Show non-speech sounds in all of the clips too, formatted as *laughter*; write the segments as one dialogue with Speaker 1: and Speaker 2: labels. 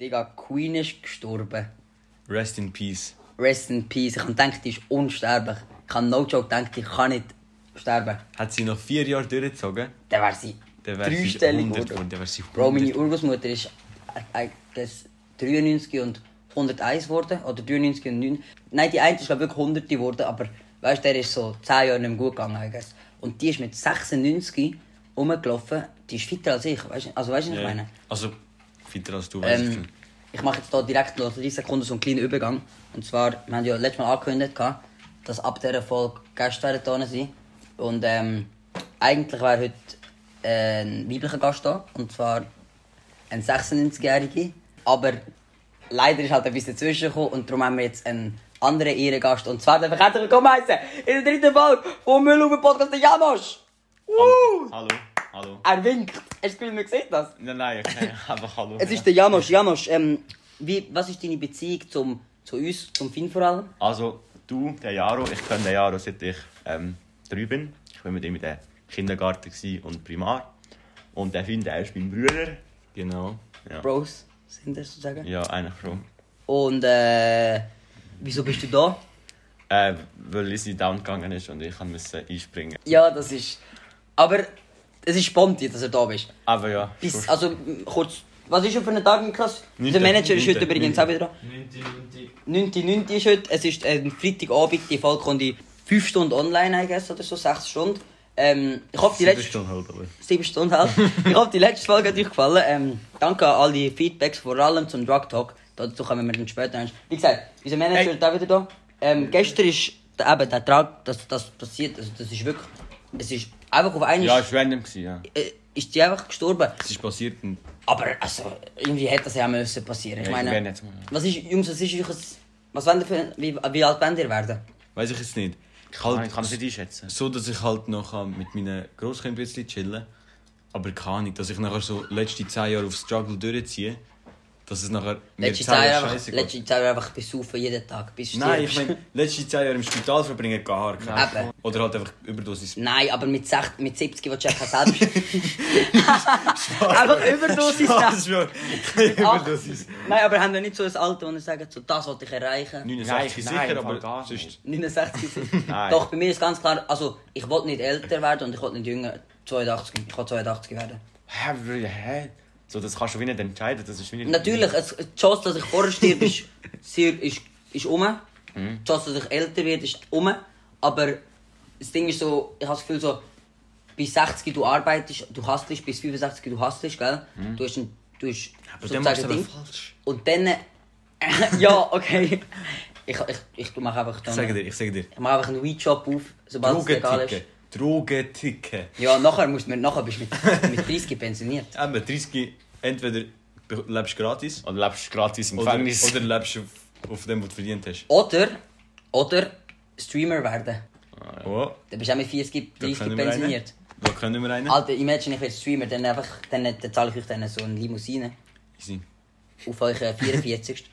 Speaker 1: Digga, Queen ist gestorben.
Speaker 2: Rest in Peace.
Speaker 1: Rest in Peace. Ich habe gedacht, die ist unsterblich. Ich habe no joke gedacht, die kann nicht sterben.
Speaker 2: Hat sie noch vier Jahre durchgezogen,
Speaker 1: Dann wäre sie
Speaker 2: dann wäre sie
Speaker 1: dreistellig
Speaker 2: 100 geworden.
Speaker 1: geworden.
Speaker 2: Dann wäre sie 100
Speaker 1: Bro, meine Urgroßmutter ist äh, äh, das 93 und 101 geworden. Oder 93 und 9. Nein, die eine ist glaub ich, wirklich 100 geworden, aber weißt du, der ist so 10 Jahre nicht mehr gut gegangen. I guess. Und die ist mit 96 rumgelaufen. Die ist fitter als ich. Weißt, du- also weißt du, was
Speaker 2: Ja.
Speaker 1: ich meine?
Speaker 2: Also, fitter als du, weiss
Speaker 1: Ähm, ich mache jetzt hier direkt noch 30 Sekunden so einen kleinen Übergang. Und zwar, wir haben ja letztes Mal angekündigt, gehabt, dass ab dieser Folge Gäste werden da sind. Und ähm, eigentlich wäre heute äh, ein weiblicher Gast da. Und zwar ein 96-Jährige. Aber leider ist halt etwas dazwischen gekommen. Und darum haben wir jetzt einen anderen Ehrengast. Und zwar darf ich herzlich willkommen heißen in der dritten Folge vom Müllhuber Podcast der Janosch.
Speaker 2: Hallo, hallo, hallo.
Speaker 1: Er winkt. Hast du das Gefühl, man sieht das?
Speaker 2: Nein, nein, ich *laughs* einfach hallo.
Speaker 1: Es ist der Janosch. Janosch, ähm, wie, was ist deine Beziehung zum, zu uns, zum Finn vor allem?
Speaker 2: Also, du, der Jaro, ich kenne den Jaro seit ich ähm, drei bin. Ich war mit ihm in der Kindergarten gewesen und Primar. Und der Finn, der ist mein Bruder. Genau. Ja,
Speaker 1: Bros, sind das sozusagen.
Speaker 2: ja eigentlich schon.
Speaker 1: Und äh, wieso bist du da?
Speaker 2: Äh, weil Lizzie down gegangen ist und ich musste einspringen.
Speaker 1: Ja, das ist. Aber es ist spannend, dass er da bist.
Speaker 2: Aber ja,
Speaker 1: Bis,
Speaker 2: schon-
Speaker 1: also m, kurz, was ist schon für einen Tag im Klass? Unser
Speaker 2: Neunte,
Speaker 1: Manager ist heute
Speaker 2: neunte,
Speaker 1: übrigens auch
Speaker 2: neunte.
Speaker 1: wieder da. 9.9. 9. ist heute, es ist ein Freitagabend, die Folge kommt in 5 Stunden online, I guess, oder so, 6 Stunden. Ähm, ich hoffe, die
Speaker 2: Sieben
Speaker 1: letzte...
Speaker 2: Stunden halt, aber.
Speaker 1: sieben Stunden halt. ich hoffe, die letzte Folge hat euch gefallen. Ähm, danke an all die Feedbacks, vor allem zum Drug Talk. Dazu kommen wir dann später. noch. Wie gesagt, unser Manager
Speaker 2: Hey.
Speaker 1: ist auch wieder da. Ähm, gestern ist der- eben der Drug, das, das passiert, also das ist wirklich, es ist einfach auf einmal,
Speaker 2: Ja, es war random, gewesen, ja.
Speaker 1: äh, ist die einfach gestorben.
Speaker 2: Es ist passiert und
Speaker 1: Aber also, irgendwie hätte das ja auch müssen passieren. Ich
Speaker 2: Ja, ich
Speaker 1: meine,
Speaker 2: wär nicht so, ja.
Speaker 1: was ist, Jungs, was ist euch, was wollt ihr für, wie, wie alt wollt ihr werden?
Speaker 3: Weiß ich jetzt nicht. Ich
Speaker 2: Nein,
Speaker 3: halt
Speaker 2: Ah, ich kann es nicht einschätzen.
Speaker 3: so, dass ich halt noch kann mit meinen Grosskindern ein bisschen chillen Aber keine Ahnung, dass ich nachher so letzte 10 Jahre auf Struggle durchziehe, dass es nachher mir
Speaker 1: Letzte
Speaker 3: 10
Speaker 1: Zeit
Speaker 3: Jahre
Speaker 1: einfach,
Speaker 3: scheiße geht.
Speaker 1: letzte Zeit einfach besaufen jeden Tag, bis du
Speaker 3: Nein, ich
Speaker 1: stirbst.
Speaker 3: meine, letzte 10 Jahre im Spital verbringen, gar hart.
Speaker 1: Eben.
Speaker 3: Oder halt einfach *laughs*
Speaker 1: *laughs*
Speaker 3: Überdosis.
Speaker 1: Nein, aber mit, 60, mit 70 willst du ja kein
Speaker 2: *laughs*
Speaker 1: selbst. Einfach Überdosis nehmen.
Speaker 3: für *laughs*
Speaker 1: Ach,
Speaker 3: Überdosis.
Speaker 1: Nein, aber haben wir nicht so ein Alter, wo wir sagen, so das wollte ich erreichen.
Speaker 3: 69
Speaker 2: Nein, nein,
Speaker 3: sicher,
Speaker 2: im Fall
Speaker 3: aber
Speaker 2: gar
Speaker 3: sonst...
Speaker 2: nicht.
Speaker 1: 69 sind.
Speaker 2: *laughs* Nein.
Speaker 1: Doch, bei mir ist ganz klar, also ich wollte nicht älter werden und ich wollte nicht jünger. 82, ich will 82 werden.
Speaker 2: Hä, hä, hä? So, das kannst du wie nicht entscheiden, das ist wie nicht...
Speaker 1: Natürlich, es, die Chance, dass ich vorher stirb,
Speaker 3: *laughs*
Speaker 1: ist, sehr, ist, ist um.
Speaker 3: Mhm.
Speaker 1: Die Chance, dass ich älter werde, ist um. Aber das Ding ist so, ich habe das Gefühl so, bis 60 du arbeitest, du hasselst, bis 65 du hasselst, gell? Du hast ein, du hast
Speaker 3: Mhm. Aber dann machst du
Speaker 1: ein
Speaker 3: aber
Speaker 1: Ding.
Speaker 3: falsch.
Speaker 1: Und dann, äh, *laughs* ja, okay. Ich, ich, ich mache einfach
Speaker 3: Ich
Speaker 1: dann,
Speaker 3: sage dir,
Speaker 1: ich
Speaker 3: ich sage dir.
Speaker 1: mache einfach einen Weed-Shop auf, sobald es legal ist.
Speaker 3: Drogenticken. Drogenticken.
Speaker 1: Ja, nachher, musst, du- nachher bist du
Speaker 3: *laughs*
Speaker 1: mit, mit 30 pensioniert.
Speaker 3: Eben, 30, entweder be- lebst du gratis
Speaker 2: Oder lebst du gratis im
Speaker 3: oder,
Speaker 2: Gefängnis.
Speaker 3: oder lebst du auf, auf dem, was du verdient hast.
Speaker 1: Oder, oder Streamer werden.
Speaker 3: Oh,
Speaker 1: Dann bist du auch mit 40,
Speaker 3: da
Speaker 1: 30
Speaker 3: können wir einen.
Speaker 1: pensioniert.
Speaker 3: Da können wir einen.
Speaker 1: Alter, imagine ich werde Streamer, dann einfach, dann, dann zahle ich euch dann so eine Limousine
Speaker 3: Easy.
Speaker 1: auf euch 44.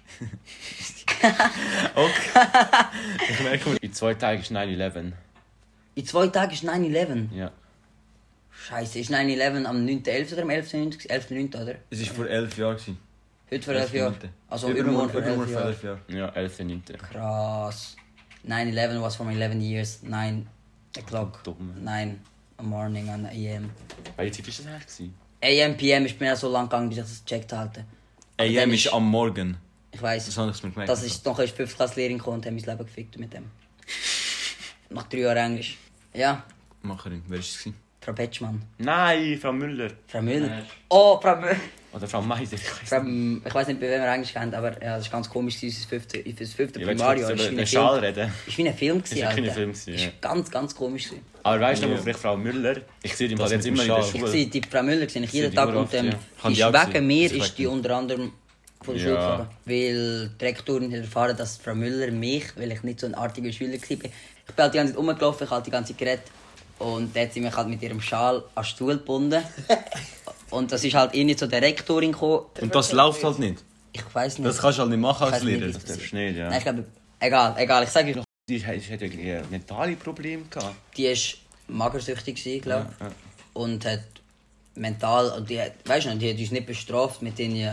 Speaker 2: Ich merke mir, in zwei Tagen ist 9-11.
Speaker 1: In zwei Tagen ist 9-11.
Speaker 2: Ja.
Speaker 1: Scheiße, ist 9-11 am 9.11. oder am 11.9.? 11.9. oder?
Speaker 3: Es war vor 11 Jahren. gewesen.
Speaker 1: Heute vor 11 Jahren. Also übermorgen
Speaker 3: Übermorgen-
Speaker 1: vor
Speaker 3: übermorgen
Speaker 1: 11
Speaker 3: vor
Speaker 1: Jahren.
Speaker 3: 11 Jahren.
Speaker 2: Ja, 11.9.
Speaker 1: Krass. 9-11 was from 11 years. 9 o'clock.
Speaker 2: Dumme.
Speaker 1: 9 am morning an AM.
Speaker 2: Welche Zeit war das eigentlich?
Speaker 1: AM, PM ist mir so lang gegangen, bis ich das gecheckt hatte.
Speaker 3: AM ist am Morgen.
Speaker 1: Ich
Speaker 3: Das
Speaker 1: weiß.
Speaker 3: habe ich mir gemerkt.
Speaker 1: Das ist noch als 5. Klasse Lehrerin gekommen und haben mein Leben gefickt mit dem. *laughs* Nach drei Jahren Englisch. Ja,
Speaker 3: Macherin, Also, wer ist es? gewesen?
Speaker 1: Frau Betschmann.
Speaker 2: Nein, Frau Müller.
Speaker 1: Frau Müller.
Speaker 2: Nein.
Speaker 1: Oh, Frau Müller.
Speaker 2: Oder Frau Meiser, ich weiss
Speaker 1: Frau, M- ich weiß nicht, bei wem wir Englisch kennt, aber ja, das war ganz komisch, unser fünfte, unser fünfte
Speaker 2: Ich will
Speaker 1: Primarjahr. Ist
Speaker 2: jetzt über
Speaker 1: wie ein
Speaker 2: den
Speaker 1: Film.
Speaker 2: Schal reden.
Speaker 1: Ist wie ein Film
Speaker 2: Ist
Speaker 1: gewesen,
Speaker 2: ja kein
Speaker 1: Alter.
Speaker 2: Film gewesen, ja.
Speaker 1: Ist ganz, ganz komisch gewesen.
Speaker 2: Aber weißt du,
Speaker 3: Ja.
Speaker 2: wo vielleicht Frau Müller... Ich sehe die im
Speaker 3: Das
Speaker 2: Fall jetzt
Speaker 3: mit
Speaker 2: immer
Speaker 3: dem
Speaker 2: in der
Speaker 3: Schal.
Speaker 1: Ich
Speaker 2: Schule.
Speaker 1: sehe, die Frau Müller sehe ich jeden
Speaker 2: die
Speaker 1: Tag
Speaker 2: überall
Speaker 1: und ähm,
Speaker 2: oft, ja.
Speaker 3: Kann
Speaker 1: ist
Speaker 3: die auch
Speaker 1: wegen
Speaker 3: sehen.
Speaker 1: mir
Speaker 3: Das ist
Speaker 1: ist die
Speaker 3: weg.
Speaker 1: unter anderem von der
Speaker 2: Ja.
Speaker 1: Schule gegangen. Weil die Rektorin hat erfahren, dass Frau Müller mich, weil ich nicht so ein artiger Schüler war, ich bin halt die ganze Zeit rumgelaufen, ich habe halt die ganze Zeit geredet und dann hat sie mich halt mit ihrem Schal an den Stuhl gebunden.
Speaker 3: *laughs*
Speaker 1: und das ist halt eh nicht so der Rektorin gekommen.
Speaker 3: Und das läuft halt nicht.
Speaker 1: Ich weiß nicht.
Speaker 3: Das kannst du halt nicht machen
Speaker 1: Ich
Speaker 3: als
Speaker 1: weiss nicht,
Speaker 3: Lehrer.
Speaker 1: wie
Speaker 2: darfst du nicht, ja.
Speaker 1: Nein, ich glaube, egal, egal, ich sage euch,
Speaker 2: Die hat die hat ja irgendwie ein mentales Problem gehabt.
Speaker 1: die ist magersüchtig gewesen, glaube ich. Und hat mental, und die hat, weißt du, noch, die hat uns nicht bestraft mit den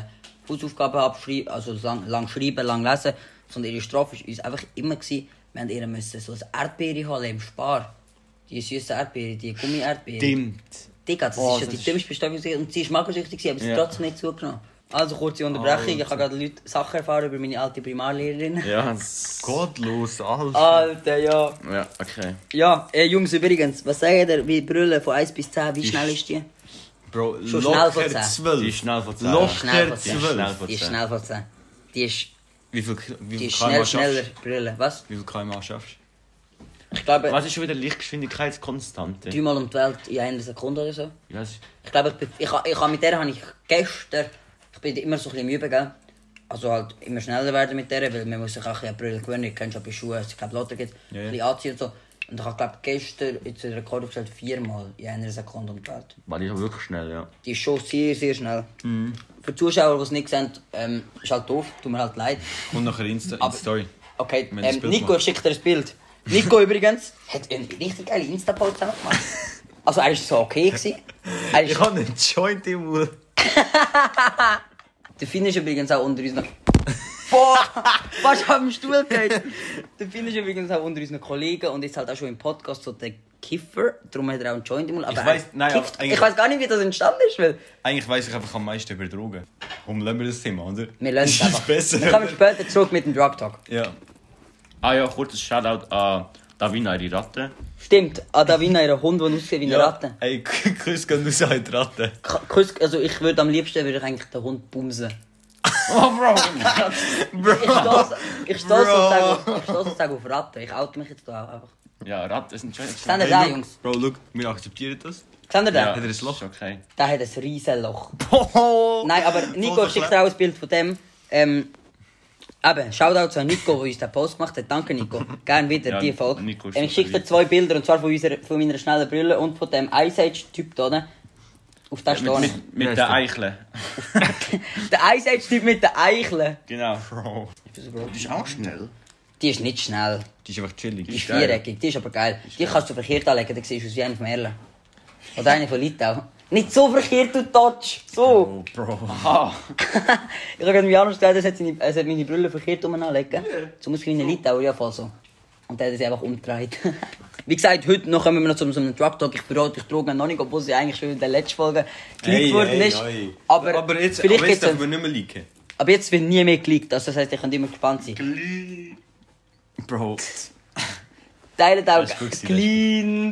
Speaker 1: Hausaufgaben abschreiben, also lang, lang schreiben, lang lesen, sondern ihre Strafe war uns einfach immer, gewesen, wir mussten ihr müssen so ein Erdbeere holen im Spar. Die süße Erdbeere, die Gummi-Erdbeere.
Speaker 2: Stimmt.
Speaker 1: Digga, das
Speaker 2: Oh,
Speaker 1: ist ja
Speaker 2: das
Speaker 1: die
Speaker 2: ist-
Speaker 1: dümmste Bestellung. gewesen. Und sie war magersüchtig, gewesen, aber sie
Speaker 3: Ja.
Speaker 1: hat trotzdem nicht zugenommen. Also kurze Unterbrechung, ich habe gerade Leute Sachen erfahren über meine alte Primarlehrerin.
Speaker 3: Ja, gottlos, alles.
Speaker 1: Alter, ja.
Speaker 3: Ja, okay.
Speaker 1: Ja, ey, Jungs, übrigens, was sagt ihr, wie Brüllen von 1 bis 10, wie schnell ist die?
Speaker 3: Bro,
Speaker 1: Schon schnell von
Speaker 3: locker
Speaker 1: zehn.
Speaker 3: 12.
Speaker 2: Die ist schnell von zehn.
Speaker 3: Locker
Speaker 1: Schnell von zehn.
Speaker 3: 12.
Speaker 2: Schnell von
Speaker 1: Die ist
Speaker 2: 10.
Speaker 1: schnell von 10. Die ist,
Speaker 3: Wie viel, Ki- wie
Speaker 1: die
Speaker 3: viel
Speaker 1: ist
Speaker 3: kmh
Speaker 1: schnell,
Speaker 3: schaffst du?
Speaker 1: schneller, Brüllen. Was?
Speaker 3: Wie viel kmh schaffst du?
Speaker 1: Ich glaube,
Speaker 2: Was ist schon wieder Lichtgeschwindigkeitskonstante?
Speaker 1: dreimal um die Welt in einer Sekunde oder so.
Speaker 2: Ich weiss-
Speaker 1: Ich glaube, ich, bin, ich, ha- ich, ha- mit der habe ich gestern. Ich bin immer so ein bisschen müde, gell? Also halt immer schneller werden mit der, weil man muss sich auch ein bisschen an Brille gewöhnen. Ich kenne schon bei Schuhen, es gibt Lotter, gibt,
Speaker 3: Ja, ja.
Speaker 1: ein bisschen anziehen und so. Und ich habe, glaube gestern jetzt den Rekord aufgestellt, viermal in einer Sekunde um die Welt.
Speaker 2: War ich wirklich schnell, ja.
Speaker 1: Die ist schon sehr, sehr schnell.
Speaker 3: Mhm.
Speaker 1: Für die Zuschauer, die es nicht sehen, ähm, ist halt doof, tut mir halt leid.
Speaker 3: Kommt nachher Insta, in
Speaker 1: Aber-
Speaker 3: die Story.
Speaker 1: Okay,
Speaker 3: Wenn das
Speaker 1: ähm,
Speaker 3: Bild
Speaker 1: Nico
Speaker 3: macht.
Speaker 1: schickt dir ein Bild.
Speaker 3: *laughs*
Speaker 1: Nico übrigens hat einen richtig geilen Insta-Post zusammen gemacht. Also er war so okay.
Speaker 3: *laughs*
Speaker 1: Gewesen. Er ist,
Speaker 3: habe einen Joint im Mund.
Speaker 1: der Finn ist übrigens auch unter unseren... *laughs* Boah, was auf dem Stuhl geht. Der Finn ist übrigens auch unter unseren Kollegen und ist halt auch schon im Podcast so der Kiffer. Darum hat er auch einen Joint im Mund. Aber er
Speaker 3: Ich weiss- nein,
Speaker 1: kifft.
Speaker 3: aber eigentlich-
Speaker 1: ich weiß gar nicht, wie das entstanden ist, weil...
Speaker 3: Eigentlich weiss ich einfach am meisten über Drogen. Warum lassen wir das Thema, oder? *laughs*
Speaker 1: Wir lernen es
Speaker 3: Das ist
Speaker 1: einfach.
Speaker 3: besser.
Speaker 1: Wir kommen später zurück mit dem Drug Talk.
Speaker 3: Ja.
Speaker 2: Ah ja, kurzes Shoutout an Davina, ihre Ratte.
Speaker 1: Stimmt, Adavina, ihr Hund, der aussieht wie eine Ratte.
Speaker 3: *laughs* Ey, Kuss gehen raus an die Ratte.
Speaker 1: K- Kuss- Also ich würde am liebsten würde ich eigentlich den Hund
Speaker 2: *laughs*
Speaker 1: bumsen.
Speaker 2: *laughs* Oh, Bro!
Speaker 3: Bro.
Speaker 1: Ich stoße ich stoß
Speaker 3: Bro.
Speaker 1: sozusagen, ich stoß sozusagen auf Ratten. Ich oute mich jetzt da auch einfach.
Speaker 2: ja, Ratte ist ein schönes
Speaker 1: Seht ihr den, Jungs?
Speaker 3: Bro, look, wir akzeptieren das.
Speaker 1: Seht ihr den?
Speaker 3: Hat er ein Loch?
Speaker 2: Ist okay.
Speaker 1: Der hat ein riesen Loch.
Speaker 3: Boah!
Speaker 1: Nein, aber Nico schickt auch ein Bild von dem. Ähm, eben, Shoutout an Nico, der uns den Post gemacht hat. Danke,
Speaker 2: *laughs*
Speaker 1: Nico. Gerne wieder,
Speaker 2: Ja,
Speaker 1: die Folge.
Speaker 2: Nico ist
Speaker 1: ähm, ich schicke dir
Speaker 2: super
Speaker 1: zwei Bilder, und zwar von, unserer, von meiner schnellen Brille und von dem Ice Age-Typ da oben. Auf den
Speaker 2: Mit,
Speaker 1: stehe ich.
Speaker 2: mit, mit
Speaker 3: Wie heißt
Speaker 2: den
Speaker 3: der?
Speaker 2: Eicheln.
Speaker 1: Der Ice Age-Typ mit den Eicheln.
Speaker 2: Genau.
Speaker 3: Bro.
Speaker 2: Du bist auch schnell.
Speaker 1: Die ist nicht schnell.
Speaker 3: Die ist einfach chillig.
Speaker 1: Die ist
Speaker 2: geil.
Speaker 1: viereckig, die ist aber geil. die kannst du verkehrt anlegen, dann siehst du aus wie einer von Merle. Oder einer von Litau. Nicht so verkehrt, du Totsch!
Speaker 3: *laughs*
Speaker 1: So!
Speaker 3: Oh, Bro.
Speaker 2: Ah,
Speaker 1: Ich habe gerade Janus gesagt, es hat, seine, es hat meine Brille verkehrt um anlegen. So muss ich wie ein Litauer, ja, voll so. Und dann hat er sie einfach umgedreht. *laughs* wie gesagt, heute noch kommen wir noch zu so einem Drug Talk. Ich berate dich Drogen noch nicht, obwohl sie eigentlich schon in der letzten Folge geleakt worden ist. Aber,
Speaker 3: aber jetzt,
Speaker 1: vielleicht
Speaker 3: aber jetzt
Speaker 1: gibt's
Speaker 3: dürfen wir
Speaker 1: einen-
Speaker 3: nicht mehr liken.
Speaker 1: aber jetzt wird nie mehr geleakt. Also das heisst, ihr könnt immer gespannt sein.
Speaker 3: Bro.
Speaker 1: Teilen auch
Speaker 3: Das ist gut gewesen,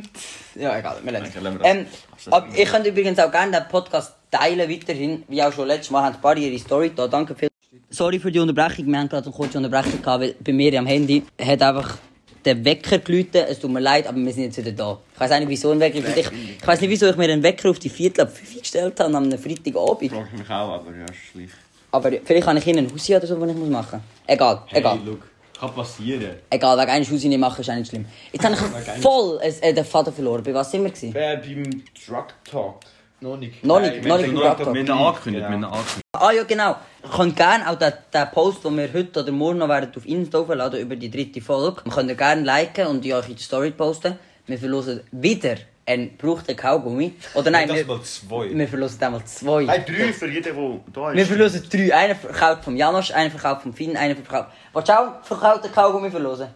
Speaker 1: clean. Ja, egal, wir lassen.
Speaker 3: Okay, lassen wir das.
Speaker 1: ähm, aber ihr könnt übrigens auch gerne den Podcast teilen weiterhin, wie auch schon letztes Mal haben ein paar ihre Story da. Danke viel. Sorry für die Unterbrechung, wir haben gerade eine kurze Unterbrechung gehabt, weil bei mir am Handy hat einfach der Wecker geläutet. Es tut mir leid, aber wir sind jetzt wieder da. Ich weiß auch nicht, wieso ein Wecker. Ich, ich weiß nicht, wieso ich mir einen Wecker auf die Viertel ab 5 gestellt habe am Freitagabend.
Speaker 2: frag ich mich auch, aber ja, schlicht.
Speaker 1: Aber vielleicht habe ich ihnen einen Hussi oder so, den ich muss machen muss. Egal, egal.
Speaker 3: Hey, look. Kann passieren.
Speaker 1: Egal, wegen einer Schuss nicht machen, ist auch nicht schlimm. Jetzt habe ich voll ein- äh, den Faden verloren. Bei was sind wir? Gewesen?
Speaker 2: Wer beim Truck Talk? Noch nicht.
Speaker 1: Noch nicht, noch nicht im Drug Talk.
Speaker 3: Wir haben ihn angekündigt, wir haben ihn angekündigt.
Speaker 1: Ah ja, genau. Ich könnt gerne auch den, den Post, den wir heute oder morgen noch werden, auf Insta aufladen über die dritte Folge. Wir können gerne liken und die euch in die Story posten. Wir verlosen wieder einen gebrauchten Kaugummi. Oder nein,
Speaker 3: das
Speaker 1: wir,
Speaker 3: mal zwei.
Speaker 1: wir verlosen einmal zwei.
Speaker 2: Hey, drei für jeden, der da
Speaker 1: Wir
Speaker 2: ist.
Speaker 1: verlosen drei. Einen verkauft vom Janosch, einen verkauft vom Finn, einen verkauft... Willst du auch verkauften Kaugummi verlosen?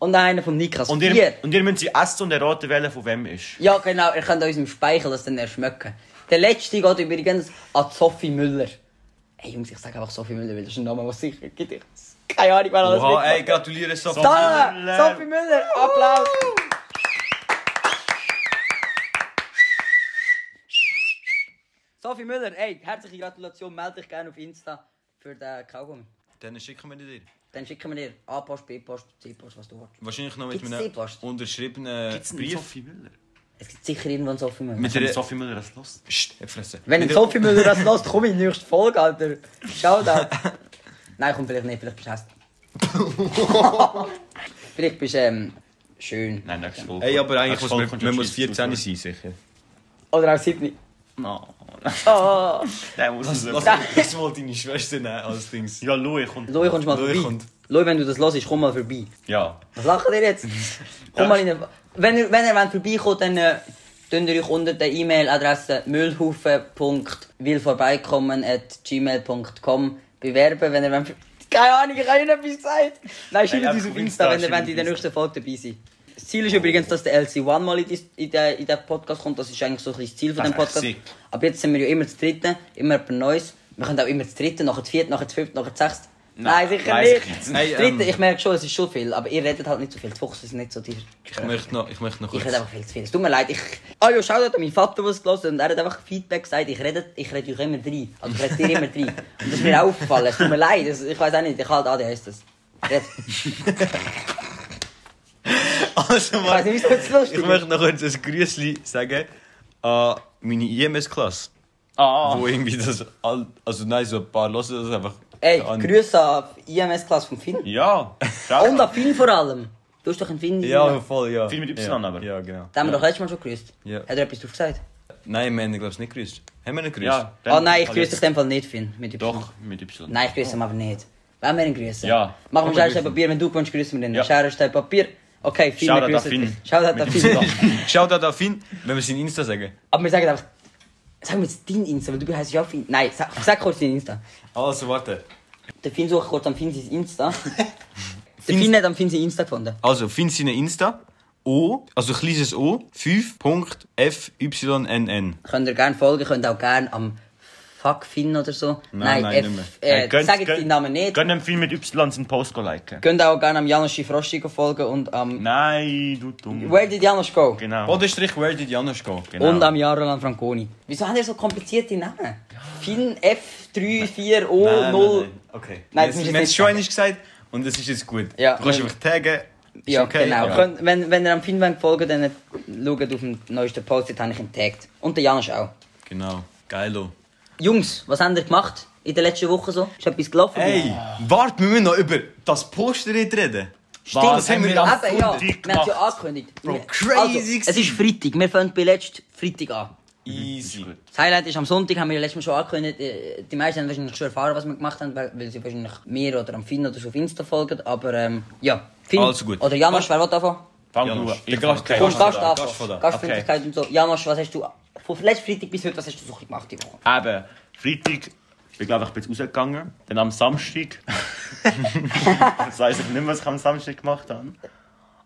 Speaker 1: Und einen vom Niklas.
Speaker 2: Und ihr,
Speaker 1: Vier.
Speaker 2: und ihr müsst sie essen und erraten, welcher von wem ist.
Speaker 1: Ja, genau, ihr könnt uns im Speichel das dann erschmecken. Der letzte geht übrigens an Ah, Sophie Müller. Ey Jungs, ich sag einfach Sophie Müller, weil das ist ein Name, der sicher gibt. Ich keine Ahnung, wer alles
Speaker 3: Oha, ey,
Speaker 1: mitmacht.
Speaker 3: gratuliere Sophie.
Speaker 1: Danke,
Speaker 2: Müller.
Speaker 1: Sophie Müller, Applaus! Sophie Müller, ey, herzliche Gratulation, melde dich gerne auf Insta für den Kaugummi.
Speaker 3: Dann schicken wir dir.
Speaker 1: Dann schicken wir dir A-Post, B-Post, C-Post, was du willst.
Speaker 3: Wahrscheinlich noch mit
Speaker 1: Gibt's
Speaker 3: einem
Speaker 1: C-Post?
Speaker 3: unterschriebenen Brief.
Speaker 2: Sophie Müller.
Speaker 1: Es gibt sicher irgendwann Sophie Müller.
Speaker 3: Mit
Speaker 2: Soll
Speaker 3: der...
Speaker 2: Sophie Müller das los?
Speaker 3: Psst, hab Fresse.
Speaker 1: Wenn
Speaker 3: Mit
Speaker 1: ein
Speaker 3: der-
Speaker 1: Sophie Müller das lässt, komm in die nächste Folge, Alter. Schau
Speaker 3: *laughs*
Speaker 1: da. Nein, komm, vielleicht nicht, vielleicht bist du hässlich.
Speaker 3: *laughs*
Speaker 1: vielleicht bist du ähm, schön.
Speaker 2: Nein, nächste Folge.
Speaker 3: Ey, aber eigentlich muss
Speaker 2: Nächste
Speaker 3: man,
Speaker 2: Folge
Speaker 3: man
Speaker 2: kommt
Speaker 3: muss
Speaker 2: schon
Speaker 3: 14
Speaker 2: Schweiz.
Speaker 3: sein, *laughs* sicher.
Speaker 1: Oder auch Sydney.
Speaker 2: No.
Speaker 3: Ah.
Speaker 1: Oh.
Speaker 2: Der muss es
Speaker 3: Lass
Speaker 1: Nein.
Speaker 3: das mal deine Schwester nehmen als Dings.
Speaker 2: Ja, Louis kommt.
Speaker 1: Loi, kommst du mal
Speaker 3: Loi
Speaker 1: vorbei.
Speaker 3: kommt.
Speaker 1: Loi, wenn du das hörst, komm mal vorbei.
Speaker 2: Ja. *laughs*
Speaker 1: Was lachen ihr jetzt? Komm mal in den... Wenn ihr, wenn ihr wollt vorbeikommt, dann äh, Tönt ihr euch unter der E-Mail-Adresse müllhaufen.willvorbeikommen.gmail.com bewerben, wenn ihr wollt. Keine Ahnung, ich habe ihnen etwas gesagt. Nein, schreibt
Speaker 2: Nein,
Speaker 1: uns
Speaker 2: einfach
Speaker 1: auf
Speaker 2: auf
Speaker 1: Insta, wenn
Speaker 2: Insta,
Speaker 1: ihr
Speaker 2: schreibt
Speaker 1: wollt, in der
Speaker 2: auf
Speaker 1: nächsten Folge dabei sein Das Ziel ist übrigens, dass der LC1 mal in dies- in den in den Podcast kommt. Das ist eigentlich so ein bisschen das Ziel von
Speaker 2: Das
Speaker 1: dem
Speaker 2: ist echt
Speaker 1: Podcast.
Speaker 2: sick.
Speaker 1: Aber jetzt sind wir ja immer das Dritte, immer etwas Neues. Wir können auch immer das Dritte, nachher das Vierte, nachher das Fünfte, nachher das Sechste. Nein, sicher
Speaker 2: nein, sicher
Speaker 1: nicht.
Speaker 2: nicht.
Speaker 1: Das
Speaker 3: Nein,
Speaker 1: Dritte,
Speaker 3: ähm,
Speaker 1: ich merke schon, es ist schon viel, aber ihr redet halt nicht so viel. Die Fuchs ist nicht so tief.
Speaker 3: Ich möchte noch, ich möchte noch
Speaker 1: Ich
Speaker 3: kurz.
Speaker 1: rede einfach viel zu viel. Es tut mir leid. Ich... Ah ja, schau an meinen Vater, was gelassen hat. Und er hat einfach Feedback gesagt. Ich rede, ich rede euch immer drei. Also ich rede dir immer drei. Und das ist mir auch aufgefallen. Es tut mir leid. Dus Es- Ich weiß auch nicht. Ich halt ADHS das. dus Red.
Speaker 3: *laughs* Also,
Speaker 1: weiss nicht, wieso das lustig
Speaker 3: ich
Speaker 1: ist.
Speaker 3: möchte noch kurz ein Grüßli sagen an meine E IMS-Klasse.
Speaker 2: Ah,
Speaker 3: Wo irgendwie das all, also nein, so ein paar hören das einfach.
Speaker 1: Ey,
Speaker 3: an-
Speaker 1: Grüße an die IMS-Klasse von Finn.
Speaker 2: ja.
Speaker 1: Und an Finn vor allem. Du hast doch einen Finn.
Speaker 3: Ja, voll, ja.
Speaker 2: Viel mit Y
Speaker 3: ja.
Speaker 2: aber.
Speaker 3: Ja, genau.
Speaker 1: Den haben wir doch letztes Mal schon grüßt.
Speaker 3: Ja.
Speaker 1: Hat er etwas drauf gesagt?
Speaker 3: Nein, wir haben ihn, glaube ich, nicht grüßt. Haben wir ihn grüßt? *laughs*
Speaker 2: Ja, dann-
Speaker 1: Ah nein, ich
Speaker 2: also
Speaker 1: grüße dich
Speaker 2: jetzt-
Speaker 1: in dem Fall nicht, Finn. Mit Y.
Speaker 2: Doch, mit Y.
Speaker 1: Nein, ich grüße ihn aber nicht. Wollen wir ihn grüßen?
Speaker 2: Ja.
Speaker 1: Machen wir Schere,
Speaker 3: Komm, grüßen.
Speaker 1: Stein, Papier. Wenn du kommst, grüßen wir ihn.
Speaker 2: Ja.
Speaker 1: Schere, Stein, Papier. Okay, Finn, wir
Speaker 2: Shoutout an
Speaker 1: grüßen
Speaker 2: Finn.
Speaker 1: dich. Shoutout an
Speaker 2: Mit
Speaker 1: Finn. *laughs*
Speaker 3: Schaut da Finn, wenn wir sein Insta sagen.
Speaker 1: Aber wir sagen einfach, sag mir jetzt dein Insta, weil du heißt ja auch Finn. Nein, sag, sag kurz dein Insta.
Speaker 3: Also, warte.
Speaker 1: Der Finn sucht kurz am Finn sein Insta. Der Finn hat am Finn sein Insta gefunden.
Speaker 3: Also, Finn seine Insta. O, also kleines O, 5.fynn.
Speaker 1: Könnt ihr gerne folgen, könnt auch gerne am Fuck Finn oder so.
Speaker 3: Nein, nein,
Speaker 1: F-
Speaker 3: nicht
Speaker 1: Äh, sag jetzt deinen Namen nicht.
Speaker 2: Gönnt dem Film mit Y seinen Post go liken.
Speaker 1: Könnt auch gerne am Janusz Schifroschig folgen und am...
Speaker 2: Nein, du dumm.
Speaker 1: um, Where did Janusz go?
Speaker 2: Genau.
Speaker 3: Bodenstrich, where did Janusz go?
Speaker 2: genau.
Speaker 1: Und am Jarolan Franconi. Wieso haben ihr so komplizierte Namen? Finn
Speaker 3: Nein, nein,
Speaker 1: F34O0...
Speaker 3: nein. Okay.
Speaker 1: Nein,
Speaker 3: Nein,
Speaker 1: das
Speaker 3: wir
Speaker 1: musst
Speaker 3: haben
Speaker 1: du
Speaker 3: es
Speaker 1: nicht
Speaker 3: schon
Speaker 1: sagen.
Speaker 3: einmal gesagt und es ist jetzt gut.
Speaker 1: Ja.
Speaker 3: du kannst einfach taggen. ist
Speaker 1: Ja,
Speaker 3: okay.
Speaker 1: genau.
Speaker 3: Ja.
Speaker 1: Könnt, wenn, wenn ihr am Film folgen wollt, dann schaut auf den neuesten Post, dort habe ich ihn getaggt. Und der Janusz auch.
Speaker 3: Genau. Geilo.
Speaker 1: Jungs, was habt ihr gemacht in der letzten Woche so? Ist etwas gelaufen?
Speaker 3: Ey, warte, wir müssen noch über das Poster nicht reden.
Speaker 1: Stimmt,
Speaker 3: Was haben wir am
Speaker 1: Eben, ja,
Speaker 2: Freitag
Speaker 1: Wir haben es ja
Speaker 2: gemacht?
Speaker 1: angekündigt.
Speaker 3: Bro,
Speaker 1: Wir-
Speaker 3: crazy
Speaker 1: also,
Speaker 3: gewesen.
Speaker 1: es ist Freitag, wir fangen bei letzten Freitag an.
Speaker 3: Easy.
Speaker 1: Das Highlight ist am Sonntag, haben wir ja letztes Mal schon angekündigt. Äh, Die meisten haben wahrscheinlich schon erfahren, was wir gemacht haben, weil, weil sie wahrscheinlich mir oder am Finn oder so auf Insta folgen. Aber ähm, ja, Finn
Speaker 3: Also gut.
Speaker 1: oder Janusz, wer will davon?
Speaker 2: Fang du.
Speaker 3: Janusz,
Speaker 2: an.
Speaker 3: der
Speaker 2: Ich fang
Speaker 3: Gast-
Speaker 2: keinen.
Speaker 1: Und Gast
Speaker 3: Gast- Gast-
Speaker 1: davon.
Speaker 3: Gast-
Speaker 1: Gastfreundlichkeit und so. Janusz, was hast du von letzten Freitag bis heute, was hast du so gemacht die Woche?
Speaker 2: Eben, Freitag ich bin glaube ich ein bisschen rausgegangen. Dann am Samstag. das weiß ich nicht mehr, was ich am Samstag gemacht habe.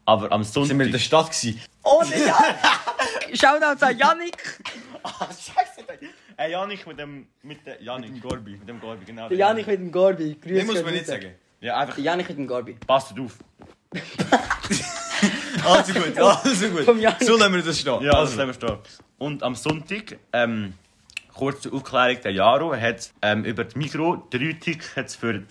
Speaker 2: Aber am
Speaker 3: Sind wir in der
Speaker 2: Sonntag.
Speaker 3: Stadt gewesen?
Speaker 1: Oh, der Janik! Shoutout an Janik!
Speaker 2: Ah, Scheiße. Ey, Janik mit dem. Mit dem Janik. Mit dem Gorbi. Mit dem Gorbi,
Speaker 1: *laughs*
Speaker 2: genau.
Speaker 1: Der Janik mit dem Gorbi. Grüß
Speaker 3: Den muss
Speaker 1: Gott,
Speaker 3: man nicht
Speaker 1: Leute.
Speaker 3: sagen.
Speaker 2: Ja, einfach.
Speaker 1: Der Janik mit dem Gorbi.
Speaker 2: Passt auf.
Speaker 3: Also gut, also gut.
Speaker 1: Vom Janik.
Speaker 3: So nehmen wir das stehen.
Speaker 2: Ja, das
Speaker 3: also,
Speaker 2: ist stehen. Und am Sonntag, ähm, kurz zur Aufklärung, der Jaro hat ähm, über die Mikro drei Tickets für die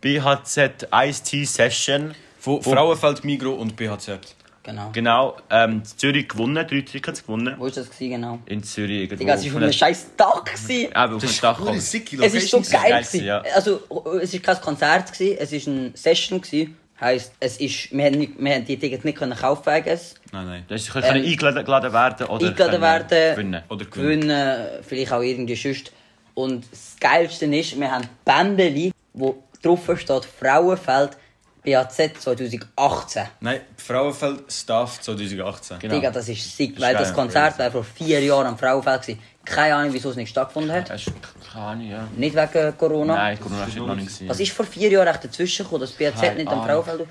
Speaker 2: BHZ Ice-Tea Session
Speaker 3: von Frauenfeld, Migro und BHZ.
Speaker 1: Genau.
Speaker 2: genau ähm, in Zürich gewonnen, drei Tickets gewonnen.
Speaker 1: Wo ist das gewesen, genau?
Speaker 2: In Zürich irgendwo.
Speaker 1: Digga, es war
Speaker 2: auf
Speaker 1: schon ein
Speaker 2: einem-
Speaker 1: scheiß Tag. gewesen.
Speaker 2: Eben, auf dem Dach.
Speaker 3: Coole, sicke
Speaker 1: Es ist so
Speaker 3: Location.
Speaker 1: geil.
Speaker 2: geil
Speaker 1: gewesen.
Speaker 2: gewesen, ja.
Speaker 1: Also, es war kein Konzert, gewesen, es war eine Session. Gewesen. Heisst, es ist, wir, haben nicht, wir haben die Tickets nicht können kaufen wegen es.
Speaker 3: Nein, nein.
Speaker 2: Das können ähm, eingeladen geladen werden oder
Speaker 1: Eingeladen
Speaker 2: können
Speaker 1: werden,
Speaker 2: gewinnen.
Speaker 3: Oder gewinnen.
Speaker 1: gewinnen, vielleicht auch irgendwie sonst. Und das Geilste ist, wir haben Bändeli, wo drauf steht Frauenfeld BAZ 2018.
Speaker 3: Nein, Frauenfeld Staff 2018.
Speaker 2: Genau.
Speaker 1: Digga, das ist sick,
Speaker 3: ist
Speaker 1: weil das
Speaker 3: geil,
Speaker 1: Konzert war vor vier Jahren am Frauenfeld. Gewesen. Keine Ahnung, wieso es nicht stattgefunden hat.
Speaker 2: Das ist keine Ahnung, ja.
Speaker 1: Nicht wegen Corona.
Speaker 2: Nein, Corona ist noch nicht gesehen.
Speaker 1: Was ist vor vier Jahren echt dazwischen gekommen, dass BZ
Speaker 2: Keine
Speaker 1: nicht am
Speaker 2: Ahnung.
Speaker 1: Frauenfeld...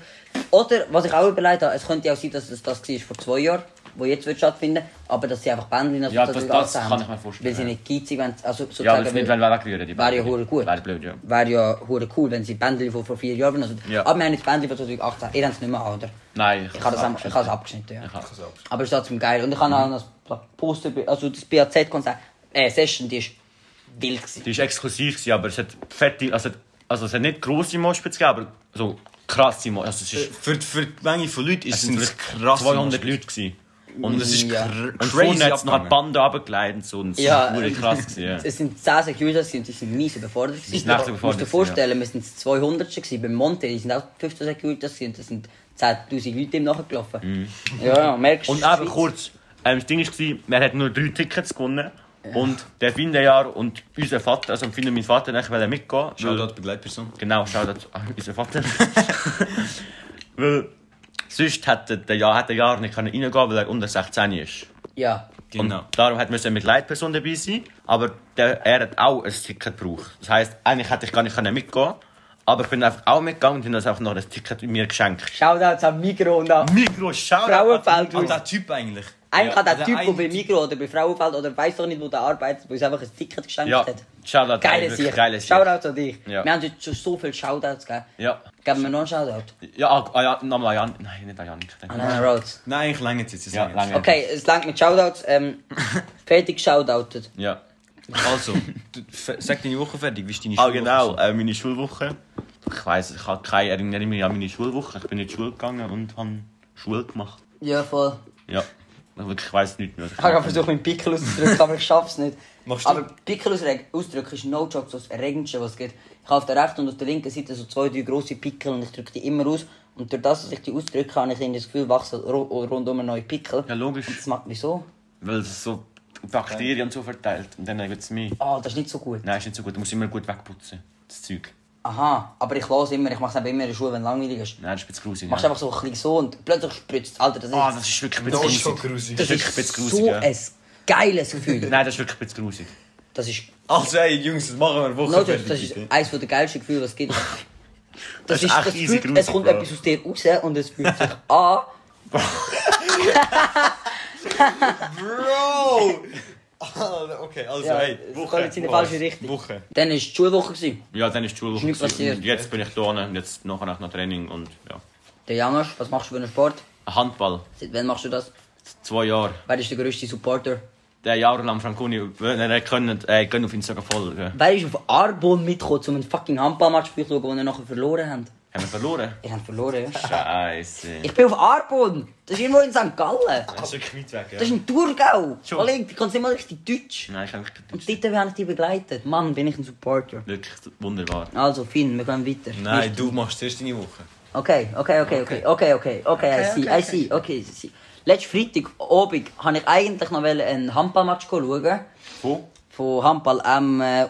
Speaker 1: Oder, was ich auch überlegt habe, es könnte ja auch sein, dass es das war vor zwei Jahren, wo jetzt wird stattfinden, aber dass sie einfach Bändchen
Speaker 2: Ja,
Speaker 1: das
Speaker 2: das-
Speaker 1: alles
Speaker 2: das
Speaker 1: haben.
Speaker 2: kann ich mir vorstellen,
Speaker 1: Weil sie
Speaker 2: ja.
Speaker 1: nicht geizig wollen, also sozusagen...
Speaker 2: ja, aber es nicht
Speaker 1: weil-
Speaker 2: wenn wir wegrühren. die
Speaker 1: Wäre ja
Speaker 2: Bändchen.
Speaker 1: hure gut.
Speaker 2: Wäre blöd, ja.
Speaker 1: Wäre ja hure cool, wenn sie Bändchen von vor vier Jahren benutzen.
Speaker 2: Ja.
Speaker 1: Aber wir haben jetzt Bändchen von 2018, ihr habt es nicht mehr, oder?
Speaker 2: Nein,
Speaker 1: Ich habe das, am- ich habe es
Speaker 2: ab.
Speaker 1: abgeschnitten, ja.
Speaker 2: Ich habe Mhm. es ab.
Speaker 1: Aber es ist trotzdem geil. Und ich habe auch das Poster, also das BAZ-Konzert, äh, Session, die ist wild gewesen.
Speaker 2: Die war exklusiv, gewesen, aber es hat fette, also, also es hat nicht grosse Moshpits gegeben, aber so krasse Moshpits. Also es ist
Speaker 3: Für, für die Menge von Leuten ist
Speaker 2: sind
Speaker 3: es
Speaker 2: wirklich
Speaker 3: krass.
Speaker 2: 200 Leute. Gewesen. Und es ist
Speaker 1: Ja.
Speaker 2: cr-
Speaker 3: Und
Speaker 2: und
Speaker 3: vorne hat's
Speaker 2: vorne hat es noch
Speaker 3: abgegangen.
Speaker 2: die Bande runtergelegt und so. Und es
Speaker 1: Ja,
Speaker 2: war
Speaker 1: ähm,
Speaker 2: krass. Gewesen, ja.
Speaker 1: Es sind 10 Securities und die sind mies überfordert. gewesen.
Speaker 2: sind echt
Speaker 1: Du musst dir
Speaker 2: überfordert gewesen,
Speaker 1: vorstellen, wir sind das 200 gewesen. Beim Monte die sind auch 15 Securities und es sind 10.000 Leute ihm nachgelaufen. Ja, ja, merkst du.
Speaker 2: Mhm. Und
Speaker 1: es ist
Speaker 2: eben
Speaker 1: Schweiz.
Speaker 2: kurz, ähm, das Ding war, man hat nur drei Tickets gewonnen. Und der Findejahr und unser Vater, also Finde mein Vater, nachher wollte mitgehen.
Speaker 3: Schau
Speaker 2: weil-
Speaker 3: dort Begleitperson.
Speaker 2: Genau, schau das an unseren Vater. *laughs* weil sonst hätte der Jahr, hätte der Jahr nicht können reingehen weil er unter 16 ist.
Speaker 1: Ja,
Speaker 3: Genau.
Speaker 2: Und darum hat müssen eine Begleitperson dabei sein. Aber der, er hat auch ein Ticket gebraucht. Das heisst, eigentlich hätte ich gar nicht können mitgehen können. Aber ich bin einfach auch mitgegangen und habe uns einfach noch ein Ticket mir geschenkt.
Speaker 1: Shoutouts an Migro und
Speaker 2: *laughs*
Speaker 1: an...
Speaker 2: Migro, schau
Speaker 1: Frauenfeld.
Speaker 2: Also,
Speaker 3: Und der Typ eigentlich.
Speaker 1: Eigentlich
Speaker 3: Ja,
Speaker 1: hat der
Speaker 3: also
Speaker 1: Typ, der
Speaker 3: ein-
Speaker 1: bei Migro oder bei Frauenfeld oder weiss doch nicht, wo der arbeitet, der uns einfach ein Ticket geschenkt
Speaker 2: Ja,
Speaker 1: hat.
Speaker 2: Shoutout.
Speaker 1: Geiles
Speaker 2: wirklich
Speaker 1: Sieg.
Speaker 2: Geiles Sieg.
Speaker 1: Shoutouts an dich.
Speaker 2: Ja.
Speaker 1: Wir haben jetzt schon so viele Shoutouts gegeben.
Speaker 2: Ja.
Speaker 1: Geben wir noch einen Shoutout?
Speaker 2: Ja, ah, ah, ja, nochmal an Jan. Nein, nicht an Jan. Ich
Speaker 1: An
Speaker 2: denke-
Speaker 1: Anna Rhodes.
Speaker 3: Nein, eigentlich lange jetzt. jetzt
Speaker 2: Ja,
Speaker 3: langt jetzt.
Speaker 2: langt.
Speaker 1: Okay, es langt mit Shoutouts.
Speaker 2: *laughs*
Speaker 1: Ähm, fertig shoutoutet.
Speaker 2: Ja.
Speaker 3: Also, du, f- sag deine Woche fertig. Wie ist deine
Speaker 2: Ah,
Speaker 3: Schulwoche
Speaker 2: genau,
Speaker 3: so?
Speaker 2: äh, meine Schulwoche. Ich weiss, ich habe keine Erinnerung mehr an meine Schulwoche. Ich bin in die Schule gegangen und habe Schule gemacht.
Speaker 1: Ja, voll.
Speaker 2: Ja. Ich wirklich weiss nicht mehr. was ich
Speaker 1: Ich habe
Speaker 2: mache.
Speaker 1: versucht, meinen Pickel auszudrücken, aber ich schaff's nicht.
Speaker 3: Machst du?
Speaker 1: aber Pickel ausreg- ausdrücken ist no joke so das Erregendste, was es gibt. Ich habe auf der rechten und auf der linken Seite so zwei, drei grosse Pickel und ich drücke die immer aus. Und durch das, dass ich die ausdrücke, habe ich irgendwie das Gefühl, wachsen ro rundum neue Pickel.
Speaker 2: Ja, logisch.
Speaker 1: Und das macht mich so.
Speaker 2: Weil es so Bakterien und so verteilt. Und dann gibt es mich.
Speaker 1: Ah, das ist nicht so gut.
Speaker 2: Nein, ist nicht so gut. Du musst immer gut wegputzen. Das Zeug.
Speaker 1: Aha, aber ich lasse immer, ich mache es eben immer in der Schule, wenn es langweilig ist.
Speaker 2: Nein, das ist ein bisschen gruselig.
Speaker 1: Machst
Speaker 2: ja.
Speaker 1: einfach so ein bisschen so und plötzlich spritzt Alter, das ist,
Speaker 2: Ah, das ist wirklich ein bisschen
Speaker 4: Das ist schon
Speaker 2: gruselig.
Speaker 4: grusig.
Speaker 2: Das ist wirklich ein
Speaker 1: das
Speaker 2: bisschen
Speaker 1: ist
Speaker 2: gruselig.
Speaker 1: so
Speaker 2: ja.
Speaker 1: ein geiles Gefühl.
Speaker 2: *laughs* Nein, das ist wirklich ein bisschen gruselig.
Speaker 1: Das ist,
Speaker 3: Also, hey, Jungs, das machen wir Woche
Speaker 1: no joke,
Speaker 3: fertig.
Speaker 1: das ist
Speaker 3: bitte.
Speaker 1: eines der geilsten Gefühle, was es
Speaker 2: *laughs*
Speaker 1: gibt. Das,
Speaker 2: Das
Speaker 1: ist,
Speaker 2: ist echt
Speaker 1: das
Speaker 2: easy
Speaker 1: fühlt, es
Speaker 2: grusig,
Speaker 1: kommt
Speaker 2: Bro.
Speaker 1: etwas aus dir raus und es fühlt sich *laughs* an.
Speaker 3: *laughs* Bro! Alter, Ah, okay, also,
Speaker 1: Ja,
Speaker 3: hey,
Speaker 1: es
Speaker 3: Woche.
Speaker 1: geht jetzt in die
Speaker 3: Woche,
Speaker 1: falsche Richtung.
Speaker 3: Woche.
Speaker 1: Dann war es die Schulwoche. gewesen.
Speaker 2: Ja, dann ist die Schulwoche.
Speaker 1: nichts
Speaker 2: gewesen.
Speaker 1: passiert.
Speaker 2: Und Jetzt bin ich da unten und jetzt nachher auch noch Training und ja.
Speaker 1: Der Janosch, was machst du für einen Sport?
Speaker 2: Handball.
Speaker 1: Seit wann machst du das?
Speaker 2: Zwei Jahre.
Speaker 1: Wer ist der grösste Supporter?
Speaker 2: Der jahrelang Franconi. Wenn ihr könnt, äh, geht auf Instagram folgen. Haben
Speaker 1: Wer ist auf Arbon mitgekommen, um einen fucking Handballmatch zu schauen, den ihr nachher verloren habt?
Speaker 2: wir verloren? *laughs*
Speaker 1: Ihr habt verloren, ja?
Speaker 2: Scheiße.
Speaker 1: Ich bin auf Arbon! Das ist irgendwo in St. Gallen!
Speaker 2: Das ist wirklich weit weg,
Speaker 1: Das ist ein Thurgau!
Speaker 2: Schon.
Speaker 1: Kollege, du kannst nicht mal richtig Deutsch.
Speaker 2: Nein, ich kann nicht
Speaker 1: Und dort habe ich dich begleitet. Mann, bin ich ein Supporter.
Speaker 2: Wirklich wunderbar.
Speaker 1: Also, Finn, wir gehen weiter.
Speaker 3: Nein, du machst zuerst deine Woche.
Speaker 1: Okay, okay, okay, okay, okay, okay, okay, I see, I see, okay, I see. Letzten Freitag, Abend, habe ich eigentlich noch einen Handballmatch schauen.
Speaker 2: Wo?
Speaker 1: Von Handball M eh, äh,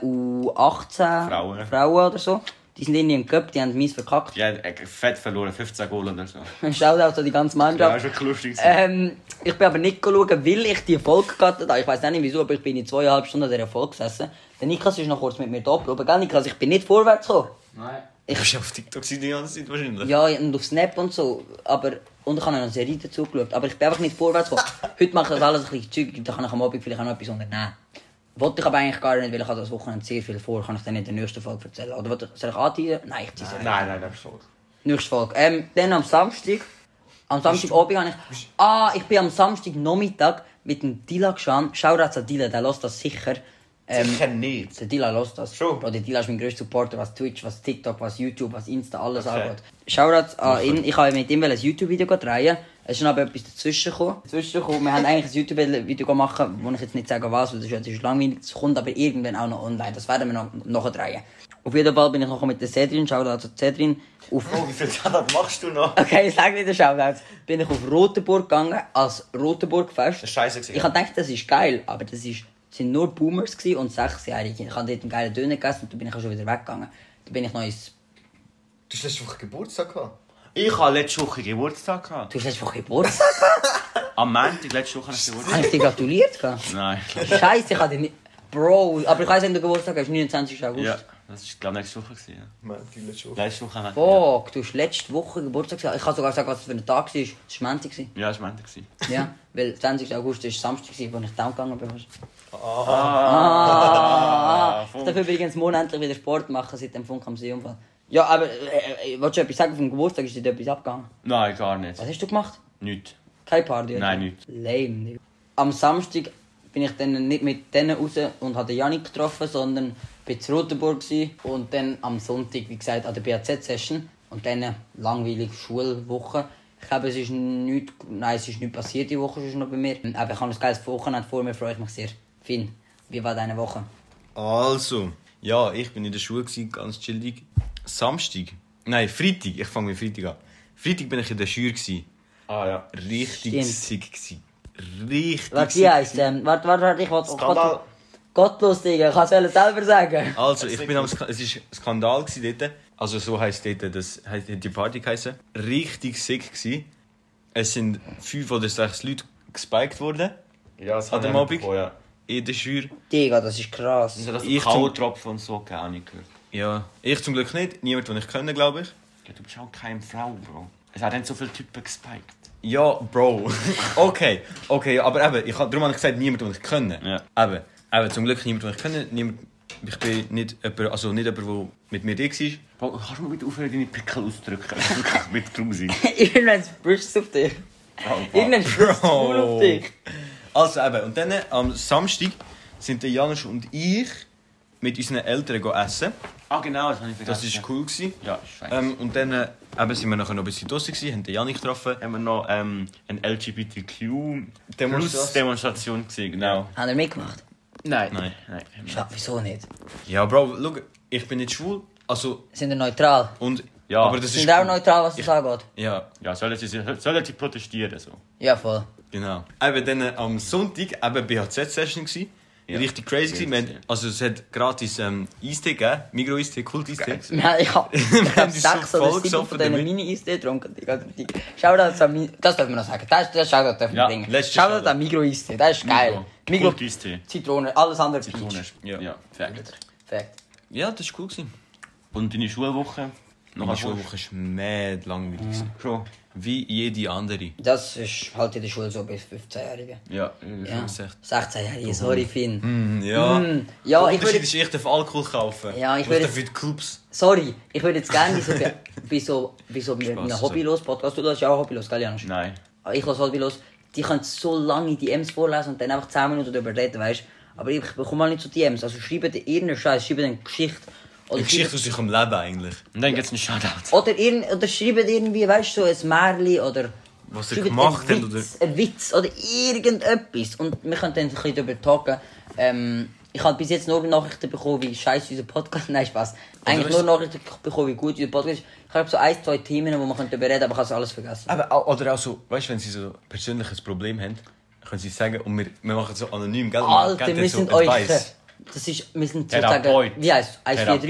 Speaker 1: U18.
Speaker 2: Frauen.
Speaker 1: Frauen oder so. Die sind in ihrem Cup, die haben mies verkackt.
Speaker 2: Ja, äh, fett verloren, 15 Goal oder so.
Speaker 1: Shoutout an die ganze
Speaker 2: Ja,
Speaker 1: Mannschaft.
Speaker 2: ist wirklich lustig. gewesen.
Speaker 1: Ähm, ich bin aber nicht schauen, weil ich die Ah, Folge gegattet habe. Ich weiß nicht wieso, aber ich bin in zweieinhalb Stunden an dieser Folge gesessen. Der Niklas ist noch kurz mit mir da geblieben. Gell, Niklas, ich bin nicht vorwärts gekommen.
Speaker 3: Du bist auf TikTok gewesen die ganze Zeit wahrscheinlich.
Speaker 1: Ja, und auf Snap und so. Aber, und ich habe noch eine Serie dazu geschaut. Aber ich bin einfach nicht vorwärts gekommen. Heute mache ich das alles ein bisschen zügig. Dann kann ich am Abend vielleicht auch noch etwas unternehmen. Wollte ich aber eigentlich gar nicht, weil ich habe das Wochenende sehr viel vor. Kann ich dann in der nächsten Folge erzählen. Oder wollte ich- soll ich anteisen? Nein, ich ziehe es
Speaker 2: Nein, nein, das ist so.
Speaker 1: Nächste Folge. Ähm, dann am Samstag. Am Samstagabend habe ich. Ah, ich bin am Samstag Nachmittag mit dem Dila geschaut. Shoutouts an Dila, der lässt das sicher. Ähm,
Speaker 2: Sicher nicht.
Speaker 1: der Dila lässt das.
Speaker 4: Schon.
Speaker 1: Bro, der Dila ist mein größter Supporter, was Twitch, was TikTok, was YouTube, was Insta, alles
Speaker 2: Okay.
Speaker 1: angeht. Shoutouts an ihn. Ich habe mit ihm ein YouTube-Video drehen. Es ist aber etwas dazwischen gekommen. Dazwischen gekommen. Wir haben eigentlich ein YouTube-Video gemacht, wo ich jetzt nicht sagen was, weil das ist ja- das ist langweilig. Es kommt aber irgendwann auch noch online. Das werden wir noch, noch drehen. Auf jeden Fall bin ich noch mit der Cedrin. Shoutouts an Cedrin. Auf
Speaker 2: Oh, wie viel Tatat machst du noch?
Speaker 1: Okay, ich sage nicht den Shoutout. Bin ich auf Rotenburg gegangen, als Rotenburg-Fest.
Speaker 2: Das ist scheiße gewesen.
Speaker 1: Ich hab gedacht, das ist geil, aber das ist, es sind nur Boomers gewesen und Sechsjährige. Ich habe dort einen geilen Döner gegessen und dann bin ich auch schon wieder weggegangen. Dann bin ich noch ins...
Speaker 4: Du hast letzte Woche Geburtstag gehabt.
Speaker 2: Ich hatte letzte Woche Geburtstag. Gehabt.
Speaker 1: Du hast letzte Woche Geburtstag?
Speaker 2: Am Montag letzte Woche hatte ich Geburtstag.
Speaker 1: Habe ich dir gratuliert?
Speaker 2: *laughs*
Speaker 1: gehabt?
Speaker 2: Nein.
Speaker 1: Scheiße, ich habe dich nicht... Bro, aber ich weiss, wenn du Geburtstag hast, 29. August.
Speaker 2: Ja, das war glaube ich letzte Woche. Gewesen, ja.
Speaker 4: Mann, die letzte Woche.
Speaker 2: Letzte Woche Oh. haben wir...
Speaker 1: Fuck, du hast letzte Woche Geburtstag gehabt. Ich kann sogar sagen, was das für ein Tag war. Es war Montag. gewesen.
Speaker 2: Ja, das war Montag. gewesen.
Speaker 1: Ja, weil 20. August war Samstag, gewesen, wo ich down gegangen bin.
Speaker 2: Ah,
Speaker 1: Ich darf übrigens monatlich wieder Sport machen seit dem Funk am Seeunfall. Ja, aber äh, äh, willst du etwas sagen vom Geburtstag? Ist dir etwas abgegangen?
Speaker 2: Nein, gar nicht.
Speaker 1: Was hast du gemacht?
Speaker 2: Nicht.
Speaker 1: Keine Party? oder?
Speaker 2: Nein, nicht.
Speaker 1: Lame. Digga. Am Samstag bin ich dann nicht mit denen raus und habe den Janik getroffen, sondern bin zu Rotenburg gewesen. und dann am Sonntag, wie gesagt, an der BAZ-Session und dann eine langweilige Schulwoche. Ich glaube, es ist nichts, nein, es ist nichts passiert die Woche schon noch bei mir. Aber ich habe ein geiles Wochenende vor mir, freue ich mich sehr. Finn, wie war deine Woche?
Speaker 3: Also, ja, ich bin in der Schule, gewesen, ganz chillig. Samstag? Nein, Freitag. Ich fange mit Freitag an. Freitag bin ich in der Schür. Gewesen.
Speaker 2: Ah ja.
Speaker 3: Richtig
Speaker 1: Stimmt.
Speaker 3: sick. Gewesen. Richtig
Speaker 1: Warte, wie
Speaker 3: sick.
Speaker 1: heisst ähm, Warte, warte, warte, ich wollte...
Speaker 4: Skandal.
Speaker 1: Gottlos, Digga, ich kann es selber
Speaker 3: *laughs*
Speaker 1: sagen.
Speaker 3: Also, ich bin am Sk es ist Skandal gsi dort. Also so heisst dort, das heisst, hat die Party geheißen. Richtig sick gsi. Es sind fünf oder sechs Leute gespiked worden.
Speaker 4: Ja, das
Speaker 3: An dem
Speaker 4: ich
Speaker 3: Abend?
Speaker 2: Oh ja.
Speaker 3: In der Schür.
Speaker 1: Digga, das ist krass.
Speaker 2: Also das
Speaker 3: Ich
Speaker 2: ich
Speaker 3: zum-
Speaker 2: Kautropfen und so, keine Ahnung. gehört.
Speaker 3: Ja. Ich zum Glück nicht. Niemand, den ich kenne, glaube ich.
Speaker 2: Ja, du bist auch keine Frau, Bro. Es hat nicht so viele Typen gespiked.
Speaker 3: Ja, Bro. *laughs* okay, okay, aber eben, ich, hab- darum habe ich gesagt, niemand, den ich kenne.
Speaker 2: Ja.
Speaker 3: Eben, eben, zum Glück niemand, den ich kenne. Niemand, ich bin nicht jemand, also nicht jemand, der mit mir da war.
Speaker 2: Bro, kannst du mal bitte aufhören, deine Pickel auszudrücken? mit
Speaker 3: *laughs*
Speaker 2: Grusig.
Speaker 1: *laughs* Irgendwann sprichst du auf dich. Irgendwann sprichst du voll auf dich.
Speaker 3: Also eben, und dann am Samstag sind der Janusz und ich mit unseren Eltern go essen.
Speaker 2: Ah, genau, das habe ich
Speaker 3: Das
Speaker 2: vergessen.
Speaker 3: war cool. Gewesen.
Speaker 2: Ja, ist fein.
Speaker 3: Ähm, und dann äh, eben sind wir nachher noch ein bisschen draussen, gewesen, haben den Janik getroffen.
Speaker 2: haben wir noch ähm, eine LGBTQ-Demonstration
Speaker 3: Demonstration.
Speaker 2: Demonstration gesehen, genau.
Speaker 1: Hat er mitgemacht?
Speaker 2: Nein. Nein, nein.
Speaker 1: Ja, wieso nicht?
Speaker 3: Ja, Bro, schau, ich bin nicht schwul. Also,
Speaker 1: Sind er neutral?
Speaker 3: und...
Speaker 2: Ja.
Speaker 3: aber das ist
Speaker 1: Sind er auch
Speaker 3: cool.
Speaker 1: neutral, was das angeht?
Speaker 3: Ja,
Speaker 2: Ja, sollen sie, sollen sie protestieren? So.
Speaker 1: Ja, voll. *laughs*
Speaker 3: genau. Eben dann äh, am Sonntag, eben BHZ-Session gewesen.
Speaker 2: Ja.
Speaker 3: Richtig crazy gewesen. Wir haben- Also es hat gratis ähm, Eistee gegeben, Migros-Eistee, Kult-Eistee.
Speaker 1: Ja, ich hab, ich hab
Speaker 3: haben die so
Speaker 1: sechs
Speaker 3: voll
Speaker 1: oder sieben
Speaker 3: gesoffen
Speaker 1: von diesen
Speaker 3: damit.
Speaker 1: Mini-Eistee getrunken. Digga. Die- Shoutouts an Mi- Das darf man noch sagen. Das, das Shoutout darf man
Speaker 2: Ja,
Speaker 1: bringen.
Speaker 3: letztes
Speaker 1: Shoutout
Speaker 3: Shoutout.
Speaker 1: an Migro-Eistee. Das ist geil. Migro,
Speaker 2: Kultistee.
Speaker 1: Zitrone, alles andere Peach.
Speaker 2: Ja,
Speaker 3: Ja.
Speaker 2: ja perfekt.
Speaker 1: Perfekt.
Speaker 3: Ja, das war cool. Gewesen.
Speaker 2: Und deine Schulwoche? Noch
Speaker 3: Meine
Speaker 2: eine
Speaker 3: Schulwoche war mad langweilig. gewesen.
Speaker 2: Schon.
Speaker 3: Wie jede andere.
Speaker 1: Das ist halt in der Schule so bis 15-Jährige.
Speaker 2: Ja.
Speaker 1: Ja.
Speaker 3: sech-
Speaker 1: 16-Jährige, sorry Finn.
Speaker 3: Hm.
Speaker 2: Mhm,
Speaker 3: Ja.
Speaker 1: Mm, ja,
Speaker 3: Der
Speaker 1: ich
Speaker 3: Unterschied
Speaker 1: würde,
Speaker 3: ist, ich darf Alkohol kaufen.
Speaker 1: Ja, ich
Speaker 3: Und
Speaker 1: würde-
Speaker 3: darf in die Clubs.
Speaker 1: sorry, ich würde jetzt gerne, wieso,
Speaker 3: *laughs*
Speaker 1: wieso, wieso mit einem
Speaker 3: sorry.
Speaker 1: Hobbylos Podcast, du hörst ja auch Hobbylos, gell Janusz?
Speaker 2: Nein.
Speaker 1: Ich höre Hobbylos, die können so lange DMs vorlesen und dann einfach 10 Minuten darüber reden, weißt du? Aber ich bekomme halt nicht so DMs, also schreibt irgendeinen Scheiß, schreibt eine Geschichte. Oder
Speaker 3: Eine Geschichte
Speaker 1: schreibt-
Speaker 3: aus eurem Leben eigentlich.
Speaker 2: Und dann gibt es einen Shoutout.
Speaker 1: Oder, irgend, oder schreibt irgendwie, weißt du, so ein Märli oder...
Speaker 3: Was ihr
Speaker 1: schreibt
Speaker 3: gemacht
Speaker 1: einen
Speaker 3: habt,
Speaker 1: Witz, Ein Witz oder irgendetwas. Und wir können dann ein bisschen darüber talken. Ähm, ich habe bis jetzt nur Nachrichten bekommen, wie scheiße unser Podcast... *laughs* Nein, Spaß. Eigentlich
Speaker 3: weißt
Speaker 1: nur Nachrichten bekommen, wie gut unser Podcast ist. Ich habe so ein, zwei Themen, wo man darüber reden aber ich habe es alles vergessen.
Speaker 3: Aber auch, oder auch so, weißt du, wenn sie so ein persönliches Problem haben, können sie sagen, und wir, wir machen es so anonym,
Speaker 2: Oh
Speaker 3: gell?
Speaker 1: Alter,
Speaker 3: Geben
Speaker 1: wir
Speaker 3: so
Speaker 1: sind
Speaker 3: Advice. Oh,
Speaker 1: euch... Das ist... Wir sind
Speaker 2: Therapeut.
Speaker 1: sozusagen... Wie heisst es?
Speaker 2: Therapeut.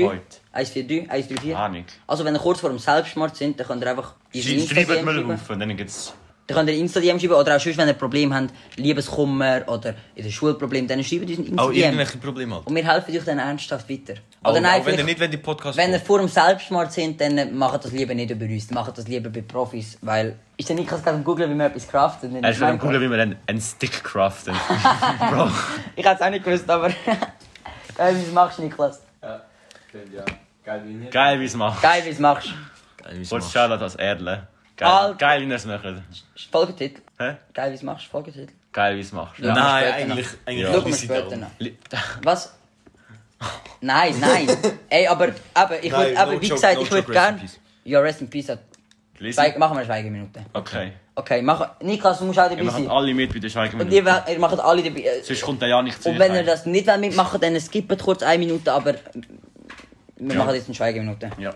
Speaker 1: 143? 143? 134?
Speaker 2: Ahnung.
Speaker 1: Also wenn ihr kurz vor dem Selbstmord sind, dann könnt ihr einfach... in den
Speaker 2: Schreibt
Speaker 1: Insta-DM
Speaker 2: mal
Speaker 1: schreiben.
Speaker 2: auf und dann gibt es...
Speaker 1: Dann könnt ihr Insta-DM schreiben oder auch sonst, wenn ihr Probleme habt, Liebeskummer oder in der Schulproblem, dann schreibt uns ein
Speaker 3: Auch
Speaker 1: Insta-DM.
Speaker 3: irgendwelche Probleme halt.
Speaker 1: Und wir helfen euch dann ernsthaft weiter.
Speaker 3: Auch,
Speaker 1: Oder nein,
Speaker 3: auch wenn ihr
Speaker 1: vielleicht-
Speaker 3: nicht wenn die Podcast
Speaker 1: wenn ihr
Speaker 3: kommt.
Speaker 1: vor dem Selbstmord sind, dann äh, macht das lieber nicht über uns, dann macht das lieber bei Profis, weil... Ist der Niklas gerade am googeln, wie man etwas craftet? in
Speaker 2: Er ist gerade am
Speaker 1: Minecraft?
Speaker 2: Google, wie man einen, einen
Speaker 1: *laughs*
Speaker 2: Stick craftet.
Speaker 1: Ich hätte es auch nicht gewusst, aber... *laughs* Geil, wie es machst, Niklas.
Speaker 2: Geil, wie es macht.
Speaker 1: Geil, wie es machst.
Speaker 3: Geil, wie's
Speaker 2: Wolltest
Speaker 3: machst.
Speaker 2: du Shoutout als Erdle? Geil,
Speaker 1: Alter.
Speaker 2: geil wie ihr es macht.
Speaker 1: Ist Folgetitel.
Speaker 2: Hä?
Speaker 1: Geil, wie es machst, Folgetitel.
Speaker 2: Geil, wie es macht.
Speaker 1: Schauen wir
Speaker 3: Nein,
Speaker 1: später
Speaker 3: eigentlich,
Speaker 1: noch.
Speaker 3: eigentlich
Speaker 2: Ja.
Speaker 1: Schauen wir
Speaker 3: sind da
Speaker 1: später
Speaker 3: oben.
Speaker 1: noch.
Speaker 2: Li-
Speaker 1: Was? Nein,
Speaker 3: *laughs*
Speaker 1: nein. Ey, aber, aber ich
Speaker 3: Nein,
Speaker 1: würde, aber
Speaker 3: no
Speaker 1: wie
Speaker 3: joke,
Speaker 1: gesagt,
Speaker 3: no
Speaker 1: ich
Speaker 3: joke,
Speaker 1: würde
Speaker 3: rest in
Speaker 1: gerne.
Speaker 3: peace.
Speaker 1: Ja, rest in peace.
Speaker 2: Lisi?
Speaker 1: Schweig, machen wir eine Schweigeminute.
Speaker 2: Okay.
Speaker 1: Okay, mach, Niklas, du musst auch dabei
Speaker 2: Wir machen
Speaker 1: sein.
Speaker 2: alle mit bei
Speaker 1: Und
Speaker 2: der
Speaker 1: ihr,
Speaker 2: Schweigeminute.
Speaker 1: we- ihr macht alle dabei. äh,
Speaker 2: Sonst kommt der ja nicht zu
Speaker 1: Und wenn ihr
Speaker 2: euch.
Speaker 1: das nicht wollt mitmachen dann skippt kurz eine Minute, aber wir
Speaker 2: Ja.
Speaker 1: machen jetzt eine Schweigeminute.
Speaker 2: Ja.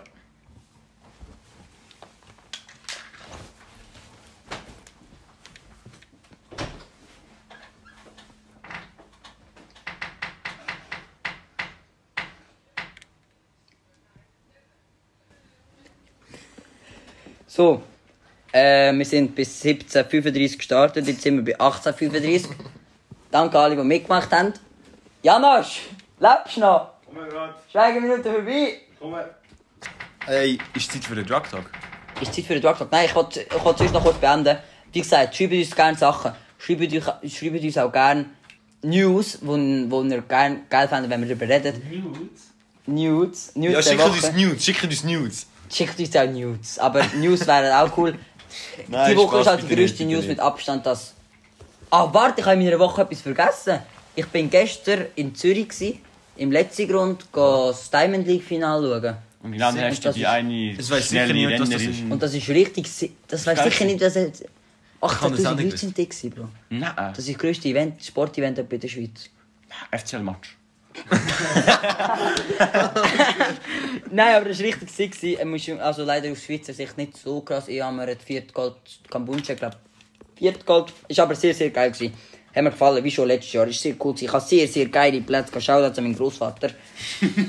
Speaker 1: So, äh, wir sind bis 17.35 gestartet, jetzt sind wir bei 18.35. Danke alle, die mitgemacht haben. Janosch, lebst du noch?
Speaker 2: Komm grad,
Speaker 1: Schweigeminute vorbei!
Speaker 2: komm.
Speaker 3: Ey, ist Zeit für den Drug Talk?
Speaker 1: Ist Zeit für den Drugtalk? Nein, ich wollte ich wollte sonst noch kurz beenden. Wie gesagt, schreibt uns gerne Sachen. Schreibt, euch, schreibt uns auch gerne News, die wo, wo ihr gerne geil fändet, wenn wir darüber reden.
Speaker 2: Nudes?
Speaker 1: News. News
Speaker 3: Ja, dus
Speaker 1: der
Speaker 3: schickt uns
Speaker 1: Woche.
Speaker 3: Nudes, schickt uns Nudes.
Speaker 1: Schickt uns auch News. Aber News wären auch cool.
Speaker 3: *laughs* Nein,
Speaker 1: die Woche
Speaker 3: Spaß,
Speaker 1: ist halt die
Speaker 3: bitte nicht,
Speaker 1: größte
Speaker 3: bitte
Speaker 1: News
Speaker 3: nicht.
Speaker 1: mit Abstand, dass... Ah, warte, ich habe in meiner Woche etwas vergessen. Ich bin gestern in Zürich, gewesen, im letzten Grund, go das Diamond League Finale schauen.
Speaker 2: Und genau dann hast du
Speaker 1: Das
Speaker 2: die
Speaker 1: ist-
Speaker 2: eine
Speaker 3: Es weiss sicher
Speaker 2: schnelle
Speaker 3: niemand, was das
Speaker 2: Rennerin.
Speaker 3: ist.
Speaker 1: Und das ist richtig... si- Das weiß
Speaker 2: Geil.
Speaker 1: sicher nicht, dass... jetzt 18'000
Speaker 3: kann das auch nicht
Speaker 1: Leute sind da gewesen, Bro.
Speaker 2: Nein,
Speaker 1: Das ist das grösste Event, Sportevent etwa in der Schweiz.
Speaker 2: FCL-Match.
Speaker 1: Nein, aber das war richtig sick. gewesen. Er muss- Also leider aus Schweizer Sicht nicht so krass. Ich habe mir das vierte Gold Kambunche, glaube Vierte Gold ist aber sehr, sehr geil. Gewesen. Hat mir gefallen, wie schon letztes Jahr. Ist sehr cool. gewesen. Ich habe sehr, sehr geile Plätze. gehabt. Shoutout an meinen *laughs* Großvater.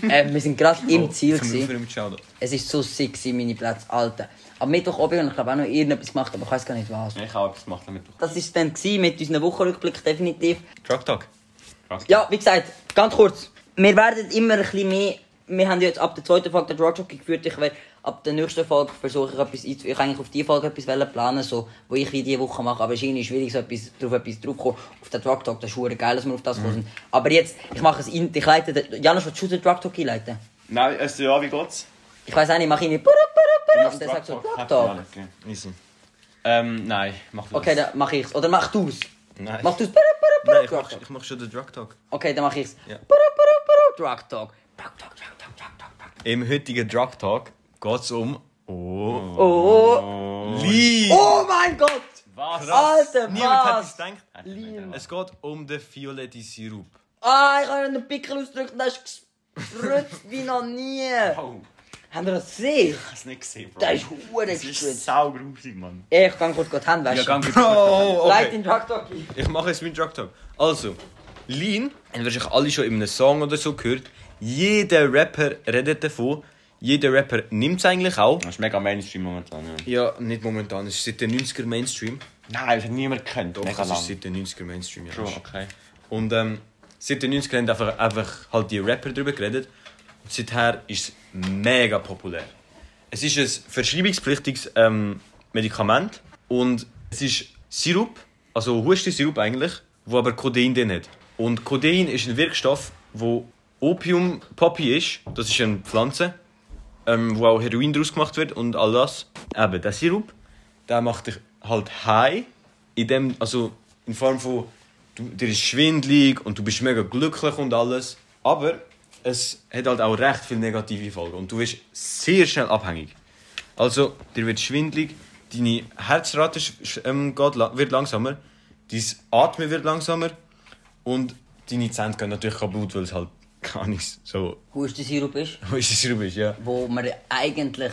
Speaker 1: ähm, wir sind gerade im Ziel. gewesen. Es war so sick, gewesen, meine Plätze. Alter. Am Mittwoch oben habe ich glaube auch noch irgendetwas gemacht, aber ich weiß gar nicht was.
Speaker 2: Ich habe etwas gemacht damit.
Speaker 1: Das war es dann gewesen mit unserem Wochenrückblick, definitiv.
Speaker 3: Truck Talk.
Speaker 1: Ja, wie gesagt, ganz kurz. Wir werden immer ein bisschen mehr. Wir haben ja jetzt ab der zweiten Folge den Roadjockey geführt. Ich werde ab der nächsten Folge versuche ich etwas einzu- Ich eigentlich auf die Folge etwas wollen planen, so, wo ich wie diese Woche mache. Aber es ist irgendwie schwierig, so etwas, drauf etwas draufzukommen. Auf den Drug Talk, das ist verdammt geil, dass wir auf
Speaker 3: Mhm.
Speaker 1: das kommen. Aber jetzt, ich mache es in, ich leite den, Janus, willst du den Drug Talk einleiten?
Speaker 2: Nein, also ja, wie geht's?
Speaker 1: Ich weiss auch nicht, mache ich nicht. Pura, pura, pura. Und dann sagt halt so, Drug Talk.
Speaker 2: Okay.
Speaker 3: Easy.
Speaker 2: Ähm, nein, mach du
Speaker 1: Okay,
Speaker 2: das.
Speaker 1: dann mache ich's. Oder mach du's.
Speaker 2: Nein.
Speaker 1: Mach du's. Pura, pura, pura,
Speaker 3: Nein, ich
Speaker 1: Drug
Speaker 3: mach,
Speaker 1: Talk.
Speaker 3: ich mach schon den Truck Talk.
Speaker 1: Okay, dann mache ich's.
Speaker 3: Ja.
Speaker 1: Pura, pura, pura, Drug Talk. Drug Talk, Drug Talk, Drug Talk, Drug Talk.
Speaker 3: Im heutigen Truck Talk geht es um. Oh.
Speaker 1: Oh.
Speaker 3: Liebe!
Speaker 1: Oh mein Gott!
Speaker 2: Was?
Speaker 1: Alter,
Speaker 3: Niemand hat es
Speaker 1: was?
Speaker 3: gedacht.
Speaker 2: Liebe.
Speaker 3: Es geht um den violetten Sirup.
Speaker 1: Ah, ich habe einen Pickel ausgedrückt und das ist gespritzt wie noch nie.
Speaker 2: *laughs* Oh,
Speaker 1: Haben wir das gesehen?
Speaker 2: ich hab's nicht gesehen, Bro.
Speaker 1: Das ist hure
Speaker 2: Das ist
Speaker 1: gespritzt.
Speaker 2: saugrusig, Mann.
Speaker 1: Ey, Ich kann kurz die Hände waschen.
Speaker 2: Oh,
Speaker 3: Bro,
Speaker 1: Leid den Traktor.
Speaker 3: Ich mache jetzt meinen Drug Talk. Also, Lean, haben wahrscheinlich alle schon in einem Song oder so gehört. Jeder Rapper redet davon. Jeder Rapper nimmt es eigentlich auch.
Speaker 2: Das ist mega Mainstream momentan, ja.
Speaker 3: Ja, nicht momentan, es ist seit den 90er Mainstream.
Speaker 2: Nein, das hat niemand gekannt.
Speaker 3: Doch,
Speaker 2: mega
Speaker 3: es ist
Speaker 2: lang.
Speaker 3: seit den 90er Mainstream, ja.
Speaker 2: Bro, okay.
Speaker 3: Und ähm, seit den 90ern haben einfach, einfach halt die Rapper darüber geredet. Und seither ist es mega populär. Es ist ein verschreibungspflichtiges ähm, Medikament. Und es ist Sirup, also Hustensirup eigentlich, wo aber Codein drin hat. Und Codein ist ein Wirkstoff, wo Opium Poppy ist. Das ist eine Pflanze, ähm, wo auch Heroin daraus gemacht wird und all das. Eben, der Sirup, der macht dich halt high. In, dem, also in Form von, du, dir ist schwindlig und du bist mega glücklich und alles. Aber es hat halt auch recht viele negative Folgen und du wirst sehr schnell abhängig. Also, dir wird schwindlig, deine Herzrate sch- sch- ähm, geht, la- wird langsamer, dein Atmen wird langsamer und deine Zähne gehen natürlich kaputt, weil es halt *laughs* gar nichts so
Speaker 1: Wo ist der Sirup ist,
Speaker 3: ist es rüber ist, ja.
Speaker 1: wo man eigentlich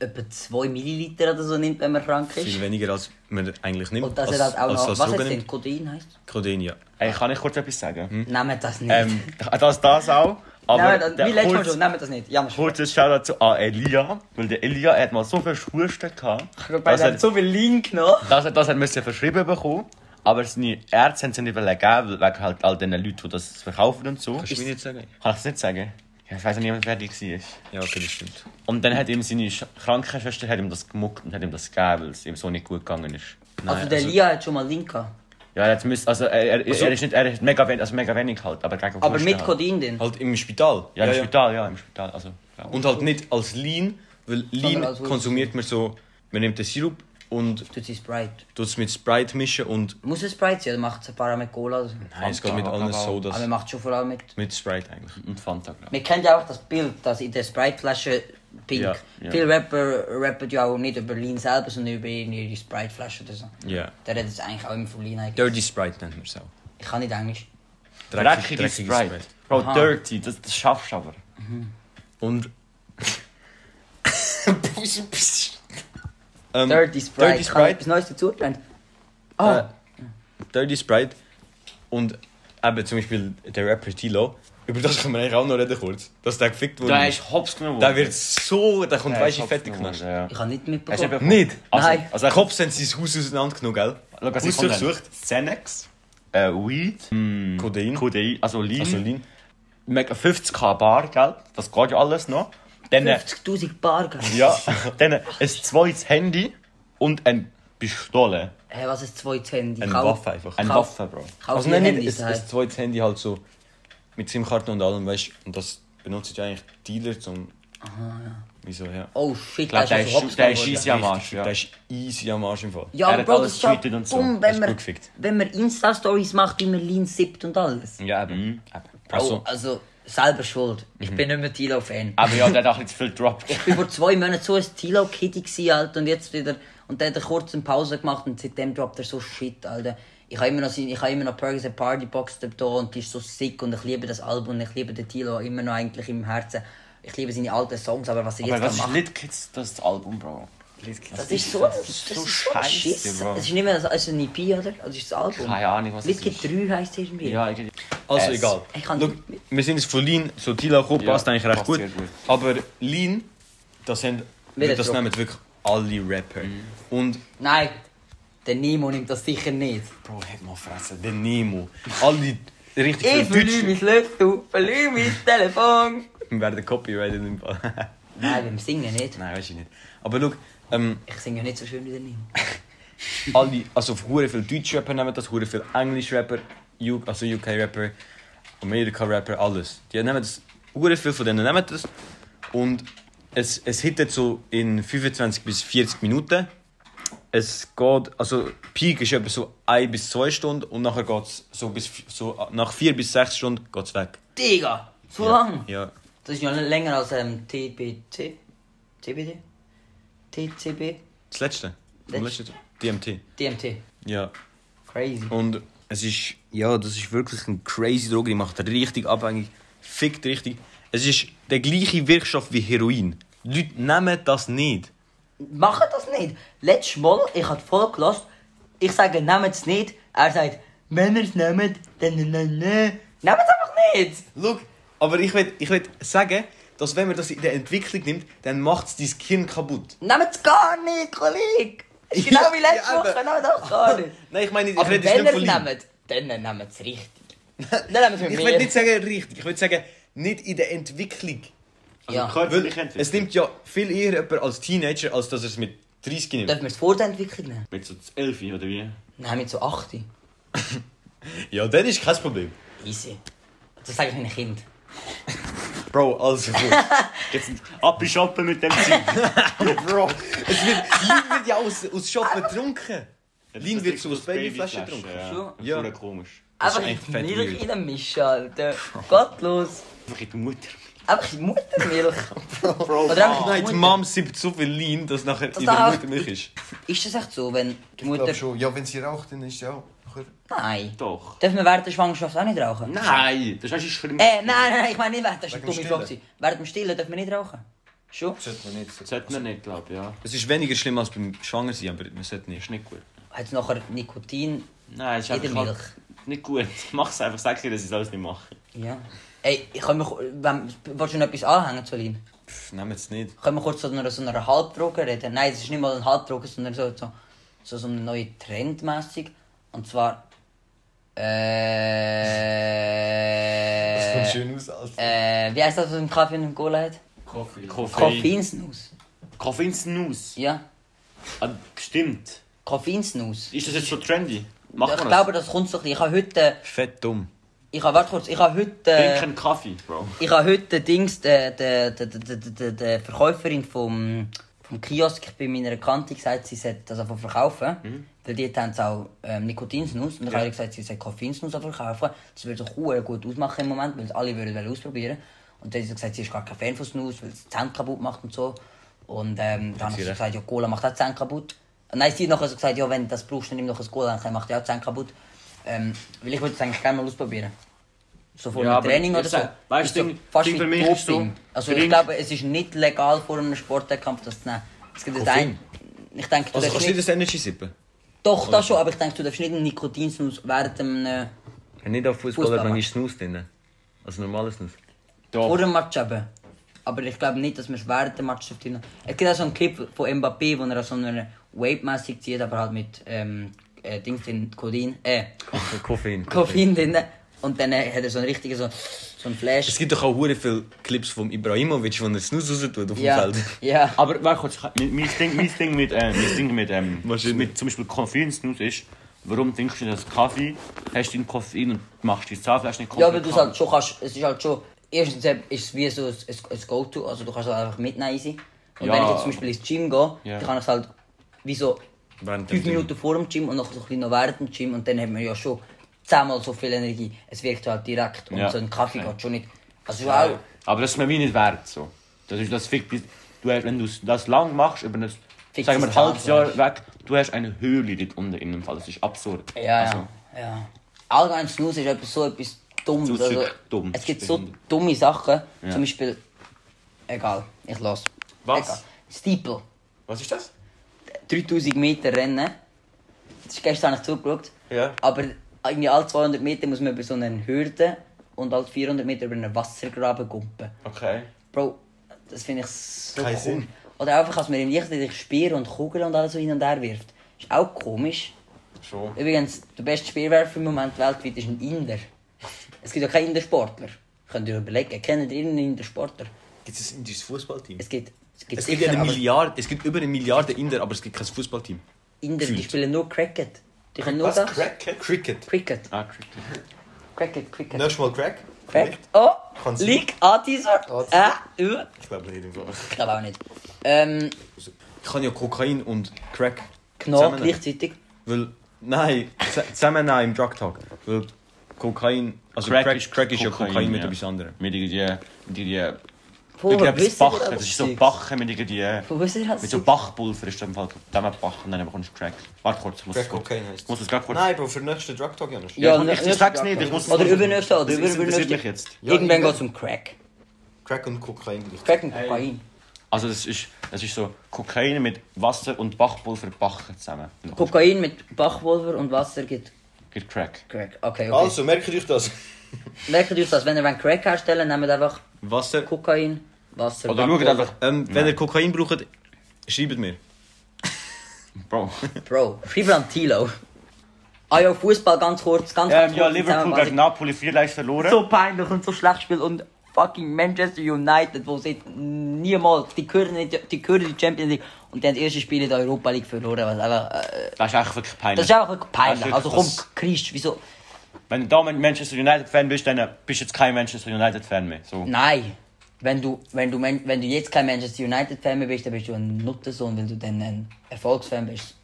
Speaker 1: etwa 2 Milliliter oder so nimmt, wenn man krank
Speaker 3: Viel
Speaker 1: ist.
Speaker 3: weniger als man eigentlich nimmt.
Speaker 1: Und das
Speaker 3: als,
Speaker 1: hat halt auch
Speaker 3: als
Speaker 1: noch.
Speaker 3: das
Speaker 1: was
Speaker 3: Drogen
Speaker 1: es denn?
Speaker 3: nimmt.
Speaker 1: Codein heisst?
Speaker 3: Codein, ja.
Speaker 2: Ey, kann ich kurz etwas sagen?
Speaker 3: Hm?
Speaker 1: Nehmt das nicht.
Speaker 2: Ähm, das, das auch. Aber
Speaker 1: Nehmt das,
Speaker 2: der
Speaker 1: wie letztes Mal
Speaker 2: kurz-
Speaker 1: schon, nehmt das nicht. Janus.
Speaker 2: Kurzes Shoutout zu an Elia, weil der Elia hat mal so viel Husten gehabt.
Speaker 1: Bei
Speaker 2: dass er-
Speaker 1: dem so viel Link noch.
Speaker 2: Das, das hat müssen verschrieben bekommen, aber seine Ärzte haben es ihm nicht wollen geben, wegen halt all den Leuten, die das verkaufen und so.
Speaker 3: Kannst du mir nicht sagen?
Speaker 2: Kann ich es nicht sagen? Ja, Ich weiß nicht, wer die war.
Speaker 3: Ja, okay, das stimmt.
Speaker 2: Und dann hat ihm seine Sch Krankenschwester hat ihm das gemuckt und hat ihm das gegeben, weil es ihm so nicht gut gegangen ist.
Speaker 1: Also der Lia hat schon mal Link gehabt.
Speaker 2: Ja, jetzt müsst, also er, er, er ist nicht, er ist mega wenig, also mega wenig halt, aber gegen
Speaker 1: Aber
Speaker 2: Husten
Speaker 1: mit
Speaker 2: halt.
Speaker 1: Codein denn?
Speaker 3: Halt im Spital.
Speaker 2: Ja, im Spital, ja, im Spital, also. Ja.
Speaker 3: Und halt nicht als Lean, weil Lean
Speaker 1: als Wurst.
Speaker 3: konsumiert man so, man nimmt den Sirup und
Speaker 1: Tut sie Sprite.
Speaker 3: tut es mit Sprite mischen und
Speaker 1: Muss es Sprite sein oder macht es ein paar mit Cola? oder so?
Speaker 3: nein, es geht mit
Speaker 2: aber-
Speaker 3: allen
Speaker 2: aber-
Speaker 1: Aber man
Speaker 3: Sodas.
Speaker 1: macht schon vor allem mit.
Speaker 3: Mit Sprite eigentlich.
Speaker 2: Und Fanta, glaub ich.
Speaker 1: Man kennt ja auch das Bild, das in der Sprite-Flasche pink.
Speaker 2: Ja, ja.
Speaker 1: Viele Rapper rappen ja auch nicht über Lean selber, sondern über irgendwie die Sprite-Flasche oder so.
Speaker 3: Ja.
Speaker 1: Der redet es eigentlich auch immer von Lean eigentlich.
Speaker 3: Dirty Sprite nennt man es auch.
Speaker 1: Ich kann nicht Englisch.
Speaker 2: Dreckige, Sprite. Bro,
Speaker 1: Aha.
Speaker 2: dirty, das, das schaffst du aber.
Speaker 3: *laughs* Und. Ähm,
Speaker 1: Dirty Sprite.
Speaker 3: Dirty Sprite.
Speaker 1: Was Neues dazu gelernt?
Speaker 3: Äh,
Speaker 1: Ah,
Speaker 3: Dirty Sprite. Und eben zum Beispiel der Rapper Tilo. Über das können wir eigentlich auch noch reden kurz. Dass der gefickt wurde.
Speaker 2: Da ist Hops genommen.
Speaker 3: der wird so. Der kommt
Speaker 2: Ja,
Speaker 3: weiss ich
Speaker 2: Hops
Speaker 3: fette
Speaker 2: genommen,
Speaker 3: Knast.
Speaker 2: Ja.
Speaker 1: ich habe nicht
Speaker 2: Hast du
Speaker 1: mitbekommen.
Speaker 2: eben-
Speaker 3: Nicht!
Speaker 2: Also,
Speaker 1: Nein.
Speaker 2: also
Speaker 3: Also, ich hoffe, sie haben sein Haus auseinandergenommen, gell?
Speaker 2: Schau, was ich
Speaker 3: Haus
Speaker 2: gefunden
Speaker 3: durchsucht.
Speaker 2: habe. Xanax, äh, Weed, mm,
Speaker 3: Codein.
Speaker 2: Codein, also Lean,
Speaker 3: Also, Lean.
Speaker 2: Mega 50k Bar, gell? Das geht ja alles noch. Dann, äh,
Speaker 1: 50.000 Bar, gell?
Speaker 2: ja, dann äh, ein zweites Handy und ein Pistole.
Speaker 1: Hey, was ist zweites Handy?
Speaker 3: Eine
Speaker 1: Kauf-
Speaker 3: Waffe einfach.
Speaker 2: Eine
Speaker 1: Kauf-
Speaker 2: Waffe, Bro.
Speaker 1: Kauf
Speaker 3: also,
Speaker 1: dir
Speaker 3: nein, nicht
Speaker 1: Handys
Speaker 3: ein, ein
Speaker 1: daheim.
Speaker 3: zweites Handy halt so. Mit SIM-Karten und allem, weißt du. Und das benutzt ja eigentlich Dealer zum. Aha, ja. Wieso, ja.
Speaker 1: Oh shit,
Speaker 2: glaub,
Speaker 1: das
Speaker 2: der
Speaker 1: ist
Speaker 2: ist-
Speaker 1: also Hops
Speaker 2: der ist
Speaker 1: geworden.
Speaker 2: easy am Arsch,
Speaker 3: Richtig,
Speaker 2: ja.
Speaker 3: Der ist easy am Arsch im Fall.
Speaker 1: Ja,
Speaker 2: Er
Speaker 1: aber
Speaker 2: hat
Speaker 1: Bro,
Speaker 2: alles
Speaker 1: das ist ja
Speaker 2: getweetet und so.
Speaker 1: dumm,
Speaker 2: Er
Speaker 1: wenn
Speaker 2: ist
Speaker 1: man,
Speaker 2: gut gefickt.
Speaker 1: wenn man Insta-Stories macht, wie man Lean sippt und alles.
Speaker 2: Ja, eben. eben.
Speaker 1: Also,
Speaker 3: Also-
Speaker 1: also selber schuld. Ich
Speaker 2: Mhm.
Speaker 1: bin nicht mehr Tilo-Fan.
Speaker 2: Aber ja, der hat auch jetzt viel gedroppt.
Speaker 1: Ich bin vor zwei Monaten so ein Tilo-Kitty gewesen, Alter, und jetzt wieder... Und dann hat er kurz eine Pause gemacht und seitdem droppt er so Shit, Alter. Ich habe immer noch, seine- ich habe immer noch Perkins eine Partybox da und die ist so sick und ich liebe das Album und ich liebe den Tilo immer noch eigentlich im Herzen. Ich liebe seine alten Songs, aber was er
Speaker 2: Aber
Speaker 1: jetzt
Speaker 2: was
Speaker 1: da
Speaker 2: ist
Speaker 1: macht...
Speaker 2: Lit Kids, das Album, Bro?
Speaker 1: Das ist so, das ist so Scheiße.
Speaker 2: Bro.
Speaker 1: Es ist nicht mehr das, also ein EP, oder? Also ist das Album?
Speaker 2: Keine Ahnung, was
Speaker 1: Litke
Speaker 2: das
Speaker 1: 3
Speaker 2: ist.
Speaker 1: heisst es irgendwie.
Speaker 2: Ja, irgendwie.
Speaker 3: Also
Speaker 2: Es.
Speaker 3: egal.
Speaker 1: oh, Ich kann
Speaker 3: Schau,
Speaker 1: nicht mit-
Speaker 3: wir sind jetzt von Lean zu Tila gekommen,
Speaker 2: Ja,
Speaker 3: passt eigentlich recht
Speaker 2: passt
Speaker 3: gut.
Speaker 2: sehr gut.
Speaker 3: Aber Lean, das, haben,
Speaker 1: Wieder
Speaker 3: das
Speaker 1: Druck.
Speaker 3: nehmen wirklich alle Rapper.
Speaker 1: Mhm.
Speaker 3: Und,
Speaker 1: Nein, der Nemo nimmt das sicher nicht.
Speaker 3: Bro, hat mal Fresse, der Nemo. Alle richtig
Speaker 1: Ich
Speaker 3: viel
Speaker 1: verliere mein Löffel, verliere mein Telefon.
Speaker 3: Wir *laughs* werden copyrighted im Fall. *laughs*
Speaker 1: Nein, beim Singen nicht.
Speaker 3: Nein, weiß ich nicht. Aber schau, ähm,
Speaker 1: Ich singe ja nicht so schön wie der Nemo.
Speaker 3: alle, also hure viele deutsche Rapper nehmen das, hure viele englische Rapper, U- also UK Rapper, Amerika Rapper, alles. Die nehmen das, hure viele von denen nehmen das und es, es hittet so in 25 bis 40 Minuten. Es geht, also Peak ist etwa so 1 bis 2 Stunden und nachher geht es so bis, so nach 4 bis 6 Stunden geht's weg.
Speaker 1: Digga, so lang?
Speaker 3: Ja.
Speaker 1: Das ist ja länger als ähm, TBT. TBT? TCB?
Speaker 3: Das letzte. Das
Speaker 1: Letzte.
Speaker 3: letzte. DMT.
Speaker 1: DMT.
Speaker 3: Ja.
Speaker 1: Crazy.
Speaker 3: Und es ist, ja, das ist wirklich ein crazy Droge, die macht richtig abhängig, fickt richtig. Es ist der gleiche Wirkstoff wie Heroin. Die Leute nehmen das nicht.
Speaker 1: Machen das nicht. Letztes Mal, ich habe voll gelassen. Ich sage, nehmt es nicht. Er sagt, wenn ihr es nehmt, dann ne, ne, ne. Nehmt es einfach nicht.
Speaker 3: Schau, aber ich will, ich will sagen, dass wenn man das in der Entwicklung nimmt, dann macht es dein Skin kaputt.
Speaker 1: Nehmt es gar nicht, Kollege. Es ist genau wie
Speaker 3: Ja,
Speaker 1: letzte
Speaker 3: ja,
Speaker 1: Woche.
Speaker 3: eben.
Speaker 1: Nehmt doch gar nicht.
Speaker 3: Nein, ich meine, ich
Speaker 1: Aber
Speaker 3: rede jetzt
Speaker 1: wenn
Speaker 3: nicht
Speaker 1: ihr
Speaker 3: von
Speaker 1: es
Speaker 3: Lean.
Speaker 1: nehmt, dann nehmt es richtig. Dann nehmt es mit
Speaker 3: Ich
Speaker 1: mir.
Speaker 3: will nicht sagen richtig, ich will sagen, nicht in der Entwicklung.
Speaker 1: ja.
Speaker 3: Weil
Speaker 2: Körperlich
Speaker 3: es
Speaker 2: entwickelt.
Speaker 3: nimmt ja viel eher jemand als Teenager, als dass er es mit 30 nimmt.
Speaker 1: Dürfen wir es vor der Entwicklung nehmen?
Speaker 2: Mit so 11 oder wie?
Speaker 1: Nein, mit so 8.
Speaker 3: Ja, das ist kein Problem.
Speaker 1: Easy. Das sage ich meinem Kind.
Speaker 3: Bro,
Speaker 4: *laughs*
Speaker 3: also gut.
Speaker 2: Jetzt ab in Shoppen mit dem Zeug.
Speaker 1: *laughs*
Speaker 3: Bro, es wird, Lean wird ja aus, aus Shoppen getrunken. Lean wird so aus Babyflaschen getrunken.
Speaker 2: Ja.
Speaker 1: Schon?
Speaker 2: Das ist
Speaker 3: Ja.
Speaker 2: verdammt komisch.
Speaker 3: Das ist
Speaker 1: Einfach
Speaker 3: echt fett
Speaker 1: Milch
Speaker 3: weird.
Speaker 1: in den Misch, Alter. Gottlos.
Speaker 2: Einfach in die Mutter.
Speaker 1: Einfach
Speaker 3: *laughs*
Speaker 1: Muttermilch.
Speaker 2: Bro,
Speaker 1: Oder einfach
Speaker 3: Nein, die
Speaker 1: Mutter-
Speaker 3: Mom siebt so viel Lean, dass nachher in der
Speaker 1: darf-
Speaker 3: Muttermilch ist.
Speaker 1: Ist das echt so, wenn die
Speaker 4: Ich
Speaker 1: Mutter...
Speaker 4: glaube schon. Ja, wenn sie raucht, dann ist sie auch. nachher-
Speaker 1: Nein.
Speaker 2: Doch.
Speaker 1: Dürfen wir während der Schwangerschaft auch nicht rauchen?
Speaker 2: Nein, das ist schlimm.
Speaker 1: Äh, nein, nein, ich meine nicht während der
Speaker 4: Wegen
Speaker 1: dumme
Speaker 4: dem
Speaker 1: Frage. gewesen. Während dem Stillen dürfen wir nicht rauchen. Schon?
Speaker 4: Sollte man nicht.
Speaker 2: Das sollte man nicht, glaube ich, ja.
Speaker 3: Es ist weniger schlimm als beim Schwanger sein, aber man sollte
Speaker 2: Das
Speaker 3: nicht.
Speaker 2: ist nicht gut.
Speaker 1: Hat es nachher Nikotin?
Speaker 2: Nein, das ist
Speaker 1: In der
Speaker 2: einfach halt nicht gut. *laughs* Mach's einfach, sag dir, dass ich es alles nicht mache.
Speaker 1: Ja. Ey, ich kann mich... Wenn, willst du noch etwas anhängen, Solin?
Speaker 3: Pff, nehmen es nicht.
Speaker 1: Können wir kurz zu einer, so einer Halbdroge reden? Nein, es ist nicht mal ein Halbdroge, sondern so, so, so, so eine neue Trendmäßig. Und zwar.
Speaker 4: Das kommt
Speaker 1: Äh.
Speaker 4: schön aus, also.
Speaker 3: Also
Speaker 4: Alter.
Speaker 1: äh wie heißt das, was im Kaffee und im Cola hat?
Speaker 2: Koffein.
Speaker 1: Koffeinsnus.
Speaker 2: Koffeinsnus.
Speaker 1: Ja,
Speaker 2: Ah, stimmt.
Speaker 1: Koffeinsnus. Ich
Speaker 2: Ist das jetzt schon trendy? Macht man das?
Speaker 1: glaube, das kommt so ein bisschen. Ich habe heute. äh,
Speaker 3: Fett dumm.
Speaker 1: Ich habe, warte kurz, ich habe heute.
Speaker 2: Trink
Speaker 1: äh,
Speaker 2: einen Kaffee, Bro.
Speaker 1: Ich habe heute Dings, der der der der der der Verkäuferin vom, vom Kiosk bei meiner Kante gesagt, sie sollte das einfach verkaufen. Weil die haben auch ähm, Nikotinsnus. Und ich habe ihr gesagt, sie sollte Koffeinsnus einfach verkaufen. Das würde sich huere gut ausmachen im Moment, weil es alle würden wollen ausprobieren. Und dann hat sie gesagt, sie ist gar kein Fan von Snus, weil es die Zähne kaputt macht und so. Und ähm, dann habe ich
Speaker 3: recht.
Speaker 1: gesagt, ja, Cola macht auch die Zähne kaputt. Und dann hat sie nachher so gesagt, ja, wenn du das brauchst, dann nimm noch ein Cola, dann macht die auch die Zähne kaputt. Ähm, weil ich würde es eigentlich gerne mal ausprobieren. So vor
Speaker 2: Ja,
Speaker 1: einem
Speaker 2: aber
Speaker 1: Training
Speaker 2: ich
Speaker 1: oder so.
Speaker 2: sag- weißt
Speaker 1: Ist so
Speaker 2: Ding-
Speaker 1: fast
Speaker 2: Ding
Speaker 1: wie
Speaker 2: für mich ist so,
Speaker 1: Doping. also ich
Speaker 2: trink-
Speaker 1: glaube, es ist nicht legal vor einem Sportwettkampf das zu nehmen. Es gibt jetzt
Speaker 3: Koffein?
Speaker 1: ein, ich denke, du
Speaker 3: Also
Speaker 1: darfst
Speaker 3: kannst du
Speaker 1: nicht,
Speaker 3: nicht das Energy sippen?
Speaker 1: doch das schon, aber ich denke, du darfst nicht einen Nikotinsnus während einem äh,
Speaker 3: Nicht auf Fußball,
Speaker 1: Fußball, Mann.
Speaker 3: ist Snus drin. Also normales *laughs* Snus.
Speaker 1: vor
Speaker 2: Doch.
Speaker 1: dem Match haben. Aber ich glaube nicht, dass man es während dem Match drin Es gibt auch so einen Clip von Mbappé, wo er so eine Wave-mäßig zieht, aber halt mit ähm, äh, Dings drin, Codin, äh,
Speaker 3: Koffein.
Speaker 1: Koffein drin. Und dann äh, hat er so einen richtigen, so, so einen
Speaker 3: Es
Speaker 1: Flash.
Speaker 3: gibt doch auch hure viele Clips von Ibrahimovic, wo er Snus raus tut auf
Speaker 1: Ja,
Speaker 3: dem Feld.
Speaker 1: ja.
Speaker 2: Aber warte kurz, mein, mein Ding, mein Ding mit, äh, mein Ding mit, ähm,
Speaker 3: Maschine.
Speaker 2: mit zum Beispiel Koffeinsnus ist, warum trinkst du das Kaffee, hast du den Koffein und machst die Zahnfleisch nicht
Speaker 1: Ja,
Speaker 2: komplett
Speaker 1: aber du es
Speaker 2: krank?
Speaker 1: halt schon kannst, es ist halt schon, erstens eben ist es wie so ein, ein ein Go-To, also du kannst es halt einfach mitnehmen easy. Und
Speaker 2: Ja.
Speaker 1: wenn ich jetzt zum Beispiel ins Gym gehe,
Speaker 2: Ja.
Speaker 1: dann kann ich es halt wie so
Speaker 3: Während dem
Speaker 1: fünf
Speaker 3: Gym.
Speaker 1: Minuten vor dem Gym und noch so ein bisschen noch während dem Gym und dann hat man ja schon zehnmal so viel Energie. Es wirkt halt direkt und
Speaker 2: Ja.
Speaker 1: so ein Kaffee geht schon nicht. Also auch,
Speaker 2: Aber das ist mir wie nicht wert. So. Das ist das fickt dich- du, hast- Wenn du das lang machst, über das,
Speaker 1: Fickt
Speaker 2: sagen wir ein
Speaker 1: das
Speaker 2: halbes Jahr
Speaker 1: Zahnfleisch.
Speaker 2: weg, du hast eine Höhle dort unten in dem Fall. Das ist absurd.
Speaker 1: ja, ja,
Speaker 2: Also,
Speaker 1: ja. Allgemein Snooze ist etwas, so etwas Dummes.
Speaker 2: Zu
Speaker 1: Also,
Speaker 2: zurück- dumm.
Speaker 1: Es gibt so
Speaker 2: Stimmt.
Speaker 1: dumme Sachen,
Speaker 2: Ja.
Speaker 1: zum Beispiel, egal, ich lass.
Speaker 3: Was?
Speaker 1: Egal. Steeple.
Speaker 3: Was ist das?
Speaker 1: 3000 Meter rennen. Das ist gestern habe ich zugeschaut.
Speaker 3: Ja.
Speaker 1: Aber irgendwie alle 200 Meter muss man über so eine Hürde und alle 400 Meter über einen Wassergraben gumpen.
Speaker 3: Okay.
Speaker 1: Bro, das finde ich so
Speaker 3: Kein
Speaker 1: cool.
Speaker 3: Sinn.
Speaker 1: Oder einfach, als man im Licht Speer und Kugeln und alles so hin und her wirft. Ist auch komisch.
Speaker 3: Schon.
Speaker 1: Übrigens, der beste Speerwerfer im Moment weltweit ist ein Inder. Es gibt ja keinen Inder-Sportler. Könnt ihr euch überlegen, kennt ihr irgendeinen Inder-Sportler?
Speaker 3: Gibt es ein indisches Fußballteam?
Speaker 1: Es gibt, es gibt
Speaker 3: Es gibt,
Speaker 1: sicher,
Speaker 3: eine
Speaker 1: aber
Speaker 3: Milliarde, es gibt über eine Milliarde Inder, aber es gibt kein Fußballteam.
Speaker 1: Inder, die
Speaker 3: gefühlt.
Speaker 1: spielen nur Cricket. Die können nur das.
Speaker 4: Crack?
Speaker 3: Cricket.
Speaker 1: Cricket,
Speaker 2: Ah, Cricket.
Speaker 1: Cricket, Cricket.
Speaker 4: Nächstes Mal Crack?
Speaker 1: Perfekt. Oh,
Speaker 4: Kann's sein.
Speaker 1: League, Anteaser.
Speaker 4: Anteaser.
Speaker 1: Äh, uh.
Speaker 4: Ich glaube nicht. im Fall.
Speaker 1: Ich glaube auch nicht. Ähm,
Speaker 3: Ich kann ja Kokain und Crack
Speaker 1: genau,
Speaker 3: zusammennehmen.
Speaker 1: gleichzeitig.
Speaker 3: Weil, nein, z- zusammennehmen im Drug Talk. Weil Kokain, also Crack, Crack, ist, ja Kokain mit
Speaker 2: ja.
Speaker 3: etwas anderem.
Speaker 2: Mit irgendwie, mit irgendwie,
Speaker 1: Woher
Speaker 2: irgendetwas
Speaker 1: wisst ihr
Speaker 2: Bachen. Das ist so
Speaker 1: Zeugs?
Speaker 2: Bachen mit irgendwie,
Speaker 1: Wo wisst ihr das?
Speaker 2: mit so
Speaker 1: Zeugs?
Speaker 2: Bachpulver ist das im Fall zusammen Bachen und dann bekommst du Crack. Warte kurz, ich muss
Speaker 4: Crack
Speaker 2: es kurz.
Speaker 4: Cocaine heisst
Speaker 2: Ich muss es gerade kurz.
Speaker 4: Nein, Bro, für den nächsten Drug Talk, Janusz.
Speaker 2: Ja,
Speaker 1: Ja,
Speaker 2: ich-
Speaker 1: nächste-
Speaker 2: ich sag's nicht, ich muss-
Speaker 1: Oder übernächste, oder
Speaker 2: Das interessiert mich
Speaker 1: übernächste.
Speaker 2: jetzt.
Speaker 4: Ja,
Speaker 1: Irgendwann
Speaker 4: irgendwann.
Speaker 1: geht es um Crack.
Speaker 4: Crack und Kokain gleich.
Speaker 1: Crack und Kokain.
Speaker 2: Also das ist, das ist so Kokain mit Wasser und Bachpulver backen zusammen. Und dann
Speaker 1: Kokain mit Bachpulver und Wasser gibt
Speaker 2: Gibt Crack.
Speaker 1: Crack. Okay, okay.
Speaker 4: Also, merkt euch das.
Speaker 1: Merkt ihr euch das, wenn ihr wollt Crack herstellen wollt, nehmt einfach
Speaker 3: Wasser.
Speaker 1: Kokain, Wasser,
Speaker 2: Oder schaut
Speaker 1: Bachpulver.
Speaker 2: einfach,
Speaker 3: Ähm, wenn ihr Kokain braucht, schreibt mir.
Speaker 2: Bro.
Speaker 1: Bro, schreib an Tilo. Ah ja, Fußball ganz kurz, ganz,
Speaker 2: *laughs*
Speaker 1: ganz kurz.
Speaker 2: Ähm, ja, Liverpool gegen
Speaker 1: zusammenfassend.
Speaker 2: Napoli 4-1 verloren.
Speaker 1: also- So peinlich und so schlecht spielt und fucking Manchester United, wo sie niemals, die gehören, nicht, die gehören in die Champions League und die haben das erste Spiel in der Europa League verloren. Was einfach, äh,
Speaker 2: Das ist echt wirklich peinlich.
Speaker 1: das ist einfach peinlich.
Speaker 2: Das
Speaker 1: Also
Speaker 2: ist
Speaker 1: komm,
Speaker 2: das-
Speaker 1: Christ, wieso?
Speaker 2: Wenn du da Man- Manchester United-Fan bist, dann äh, bist du jetzt kein Manchester United-Fan mehr. So.
Speaker 1: Nein. Wenn du, wenn, du, Man- wenn du jetzt kein Manchester United-Fan mehr bist, dann bist du ein Nuttensohn, weil du dann ein Erfolgsfan bist.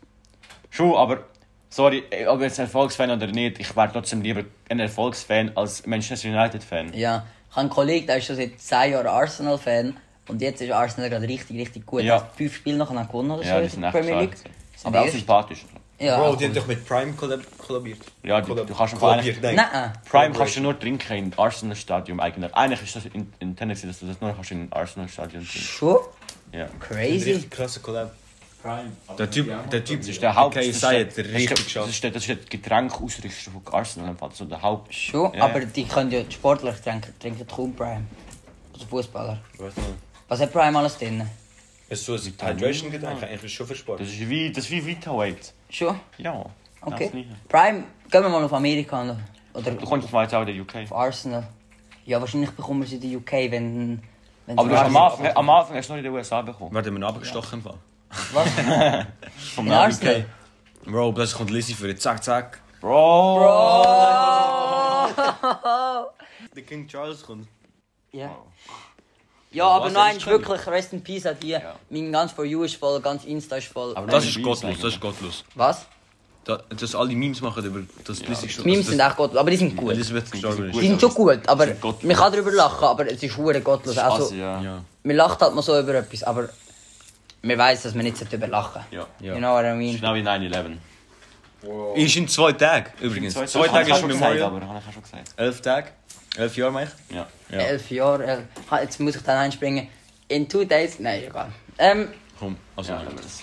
Speaker 2: Schon, aber sorry, ob jetzt Erfolgsfan oder nicht, ich wäre trotzdem lieber ein Erfolgsfan als Manchester United-Fan.
Speaker 1: Ja. Ich habe einen Kollegen, der ist schon seit 10 Jahren Arsenal-Fan und jetzt ist Arsenal gerade richtig, richtig gut.
Speaker 2: Ja.
Speaker 1: Er hat fünf Spiele nachher gewonnen oder so
Speaker 2: Ja, die
Speaker 1: in
Speaker 2: sind
Speaker 1: der
Speaker 2: echt
Speaker 1: Premier League.
Speaker 2: stark.
Speaker 1: Sind
Speaker 2: Aber auch
Speaker 1: erst.
Speaker 2: sympathisch.
Speaker 1: Ja,
Speaker 4: Bro,
Speaker 1: auch
Speaker 4: die haben
Speaker 1: cool.
Speaker 4: doch mit Prime kollab kollabiert.
Speaker 2: Ja, du,
Speaker 4: Kollab-
Speaker 2: du kannst einfach
Speaker 4: kollabiert.
Speaker 2: eigentlich,
Speaker 4: Nein.
Speaker 1: Nein.
Speaker 2: Prime kannst du nur trinken im Arsenal-Stadion eigentlich. Eigentlich ist das in, in dus Tennessee, dass du das nur kannst in Arsenal-Stadion trinken.
Speaker 1: Schon?
Speaker 2: Ja.
Speaker 4: Ein
Speaker 1: Crazy.
Speaker 4: richtig krasser Collab.
Speaker 3: Der Typ, der Typ
Speaker 2: Das ist der Haupt.
Speaker 3: Okay,
Speaker 2: das ist
Speaker 3: sei
Speaker 2: der-
Speaker 3: es,
Speaker 2: das ist
Speaker 3: richtig
Speaker 2: der- Das
Speaker 3: geschafft.
Speaker 2: ist der, das ist der Getränkausrichter von Arsenal, im Fall, so der Haupt.
Speaker 1: Schon?
Speaker 2: Ja.
Speaker 1: Aber die können ja die Sportler trinken, trinken kaum Prime. Also Fußballer. Was hat Prime alles drin?
Speaker 4: Hast du so ein Hydration-Gedanke? Eigentlich ist es schon für Sport.
Speaker 2: Das ist Dus wie, das ist wie Vita-Weight.
Speaker 1: Schon?
Speaker 2: Ja. Das
Speaker 1: Okay.
Speaker 2: Gleiche.
Speaker 1: Prime, gehen wir mal auf Amerika oder- oder
Speaker 2: Du kommst mal jetzt auch in der UK.
Speaker 1: auf Arsenal. Ja, wahrscheinlich bekommen wir sie in der UK, wenn. wenn
Speaker 2: Aber du
Speaker 1: sie
Speaker 2: hast am
Speaker 1: Arsenal-
Speaker 2: Anfang, am Anfang hast du noch in den USA bekommen.
Speaker 3: Werden wir abgestochen im Fall.
Speaker 1: Was? in Arsenal?
Speaker 3: Bro, plötzlich kommt Lizzie für den Zack Zack.
Speaker 2: Bro!
Speaker 3: Der King Charles kommt.
Speaker 1: Ja.
Speaker 2: Oh.
Speaker 1: Ja, aber
Speaker 3: was,
Speaker 1: nein,
Speaker 3: ist schon-
Speaker 1: wirklich, Rest in Peace hat hier.
Speaker 2: Ja.
Speaker 1: Mein ganz For You ist voll, ganz Insta ist voll.
Speaker 2: Aber
Speaker 3: Das ist gottlos, das ist gottlos.
Speaker 1: Was?
Speaker 3: Da, dass alle Memes machen über das Lizzie
Speaker 1: Die Memes sind auch gottlos, aber die sind gut.
Speaker 3: Elizabeth gestorben ist.
Speaker 1: Die sind schon gut, aber
Speaker 2: sind gottlos.
Speaker 1: man kann darüber lachen, aber es ist hure gottlos. Also,
Speaker 2: Also, ja.
Speaker 3: Ja.
Speaker 1: man lacht halt mal so über etwas, aber man weiß, dass man nicht darüber lachen
Speaker 2: Ja.
Speaker 1: You know what I
Speaker 2: Das ist
Speaker 1: mean?
Speaker 2: genau wie 9-11.
Speaker 3: Ist in zwei Tagen übrigens.
Speaker 2: Das
Speaker 3: Zwei
Speaker 2: habe ich
Speaker 3: Tage ist
Speaker 2: schon gesagt,
Speaker 3: Memorial.
Speaker 2: aber habe ich auch schon gesagt.
Speaker 3: Elf Tage. Elf Jahre, Mike.
Speaker 2: Ja.
Speaker 3: Ja.
Speaker 1: Elf Jahre, elf. Ha, jetzt muss ich dann einspringen. In two days, nein, egal. Ähm,
Speaker 3: Komm, also,
Speaker 2: Ja, nehmen wir das.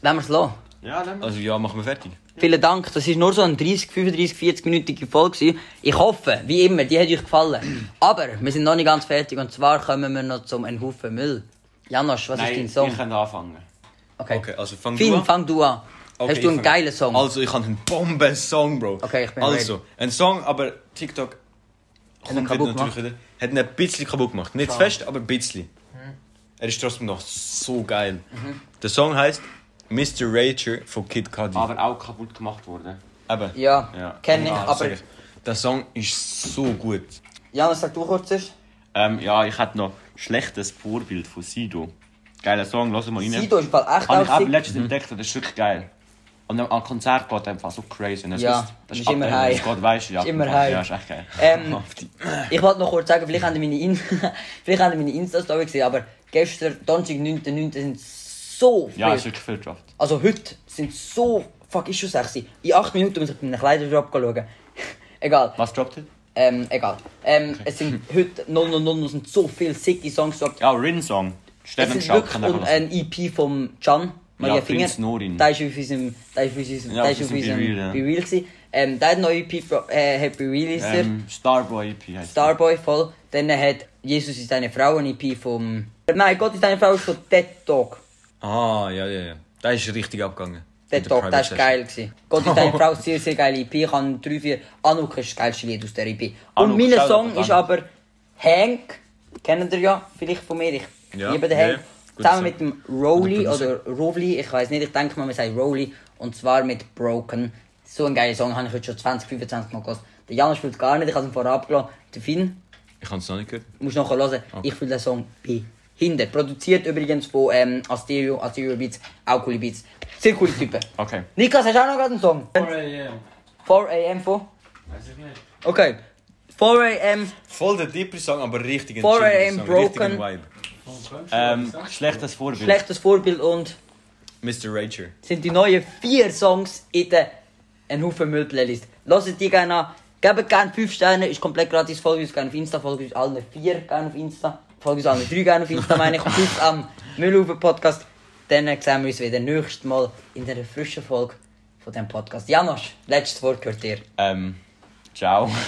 Speaker 1: lassen wir es los.
Speaker 2: Ja, nehmen wir
Speaker 3: also ja, machen wir fertig.
Speaker 1: Vielen Dank, das war nur so eine 30, 35, 40-minütige Folge. gewesen. Ich hoffe, wie immer, die hat euch
Speaker 3: *clears throat*
Speaker 1: gefallen. Aber wir sind noch nicht ganz fertig und zwar kommen wir noch zum Ein Haufen Müll. Janosch, was ist
Speaker 2: Nein,
Speaker 1: dein
Speaker 2: ich
Speaker 1: Song?
Speaker 2: kann anfangen.
Speaker 1: Okay.
Speaker 3: Okay, also fang
Speaker 1: Finn,
Speaker 3: du an.
Speaker 1: fang du an.
Speaker 3: Okay,
Speaker 1: Hast du
Speaker 3: ich
Speaker 1: einen
Speaker 3: fang an.
Speaker 1: geilen Song?
Speaker 3: Also, ich habe einen Bomben-Song, Bro.
Speaker 1: Okay, ich bin
Speaker 3: Also, ein Song, aber TikTok
Speaker 1: ihn
Speaker 3: kommt
Speaker 1: kaputt
Speaker 3: kaputt natürlich wieder, hat ihn ein bisschen kaputt gemacht. Nicht zu fest, aber ein bisschen.
Speaker 1: Mhm.
Speaker 3: Er ist trotzdem noch so geil. Der Song heißt Mr. Rager von Kid Cudi.
Speaker 2: Aber auch kaputt gemacht worden.
Speaker 3: Eben.
Speaker 1: ja,
Speaker 2: Ja.
Speaker 1: kenne ich,
Speaker 3: Ah,
Speaker 1: aber...
Speaker 3: sag ich. Der Song ist so gut.
Speaker 1: Janos, sag du kurz erst.
Speaker 2: Ähm, ja, ich hatte noch schlechtes Vorbild von Sido. Geiler Song, lass mal rein.
Speaker 1: Sido ist im Fall echt
Speaker 2: Habe ich
Speaker 1: auch
Speaker 2: auch
Speaker 1: sick.
Speaker 2: letztens entdeckt, das ist wirklich geil. Und am- am Konzert geht einfach so crazy. Und Das
Speaker 1: Ja,
Speaker 2: ist, das
Speaker 1: ist immer
Speaker 2: abgefahren.
Speaker 1: high.
Speaker 2: Das geht, weißt du, ja.
Speaker 1: Ist immer high.
Speaker 2: Ja, ist echt geil.
Speaker 1: Ähm, ich wollte noch kurz sagen, vielleicht haben meine, In *laughs* vielleicht haben meine Insta-Story gesehen, aber gestern, Donnerstag, 9.9. sind so viele.
Speaker 2: Ja, ist wirklich viel Draft.
Speaker 1: also heute sind so... Fuck, ist schon 6 Uhr. In 8 Minuten muss ich meinen Kleiderjob schauen. *laughs* egal,
Speaker 2: Was droppt ihr?
Speaker 1: ähm, egal. Ähm, es sind heute 000 sind so viele sicke Songs gedroppt.
Speaker 2: Ja, Rin-Song.
Speaker 1: Es
Speaker 2: Stefan
Speaker 1: ist
Speaker 2: Schaub kann
Speaker 1: wirklich
Speaker 2: da
Speaker 1: und ein EP vom Can. Maria
Speaker 2: Ja,
Speaker 1: Finger.
Speaker 2: Prinz Norin.
Speaker 1: Der ist auf unserem, der ist auf unserem, der
Speaker 2: Ja, auf
Speaker 1: ist auf
Speaker 2: unserem
Speaker 1: unserem
Speaker 2: Be Real, ja.
Speaker 1: Be Real gewesen. Ähm, der hat neue People, äh, Happy Releaser.
Speaker 2: Ähm, Starboy EP heißt
Speaker 1: Starboy voll. Dann hat Jesus ist eine Frau eine EP vom. Nein, Gott ist eine Frau ist von Dead Dog.
Speaker 3: Ah, ja, ja, ja. Da ist richtig abgegangen.
Speaker 1: Dead
Speaker 3: Mit der
Speaker 1: Dog,
Speaker 3: Private
Speaker 1: das war
Speaker 3: Session.
Speaker 1: geil. Gewesen. Gott ist eine Frau, sehr, sehr geile EP. Ich habe drei, vier. Anouk ist das geilste Lied aus der EP. Und
Speaker 2: Anouk,
Speaker 1: mein
Speaker 2: shout out
Speaker 1: Song
Speaker 2: an
Speaker 1: ist
Speaker 2: Anouk.
Speaker 1: aber Hank. Kennt ihr ja vielleicht von mir? Ich
Speaker 3: Ja,
Speaker 1: liebe den
Speaker 3: ja,
Speaker 1: Hank.
Speaker 3: guter
Speaker 1: Zusammen
Speaker 3: Song.
Speaker 1: mit dem Rowley
Speaker 3: Guter Producer.
Speaker 1: oder Rowley, ich weiß nicht, ich denke mal, man sagt Rowley. Und zwar mit Broken. So ein geiler Song, habe ich heute schon 20, 25 Mal gehört. Der Jan spielt gar nicht, ich habe ihn vorher abgelassen. Der Finn.
Speaker 3: Ich habe es noch nicht gehört.
Speaker 1: musst noch hören. Ich fühle den Song behindert. Produziert übrigens von ähm, Asterio, Asterio Beats, auch coole Beats. Sehr coole Typen.
Speaker 2: Okay.
Speaker 1: Niklas, hast du auch noch gerade einen Song?
Speaker 5: 4am.
Speaker 1: 4 AM von?
Speaker 5: Weiß ich nicht.
Speaker 1: Okay. 4 AM,
Speaker 3: Voll der deeper Song, aber richtig
Speaker 1: 4
Speaker 3: chilliger
Speaker 1: AM
Speaker 3: Song,
Speaker 1: Broken.
Speaker 3: richtigen Vibe.
Speaker 5: Von
Speaker 2: Ähm, schlechtes Vorbild.
Speaker 1: schlechtes Vorbild und
Speaker 3: Mr. Rager.
Speaker 1: sind die neuen vier Songs in der ein Haufen Müll-Playlist. Lasst die gerne an. Gebt gerne 5 Sterne, ist komplett gratis. Folgt uns gerne auf Insta, folgt uns allen vier gerne auf Insta. Folgt uns allen drei gerne auf Insta, meine ich. Und bis am Müllhaufen-Podcast. Dann sehen wir uns wieder nächstes Mal in der frischen Folge von dem Podcast. Janosch, letztes Wort gehört dir.
Speaker 2: Ähm, ciao.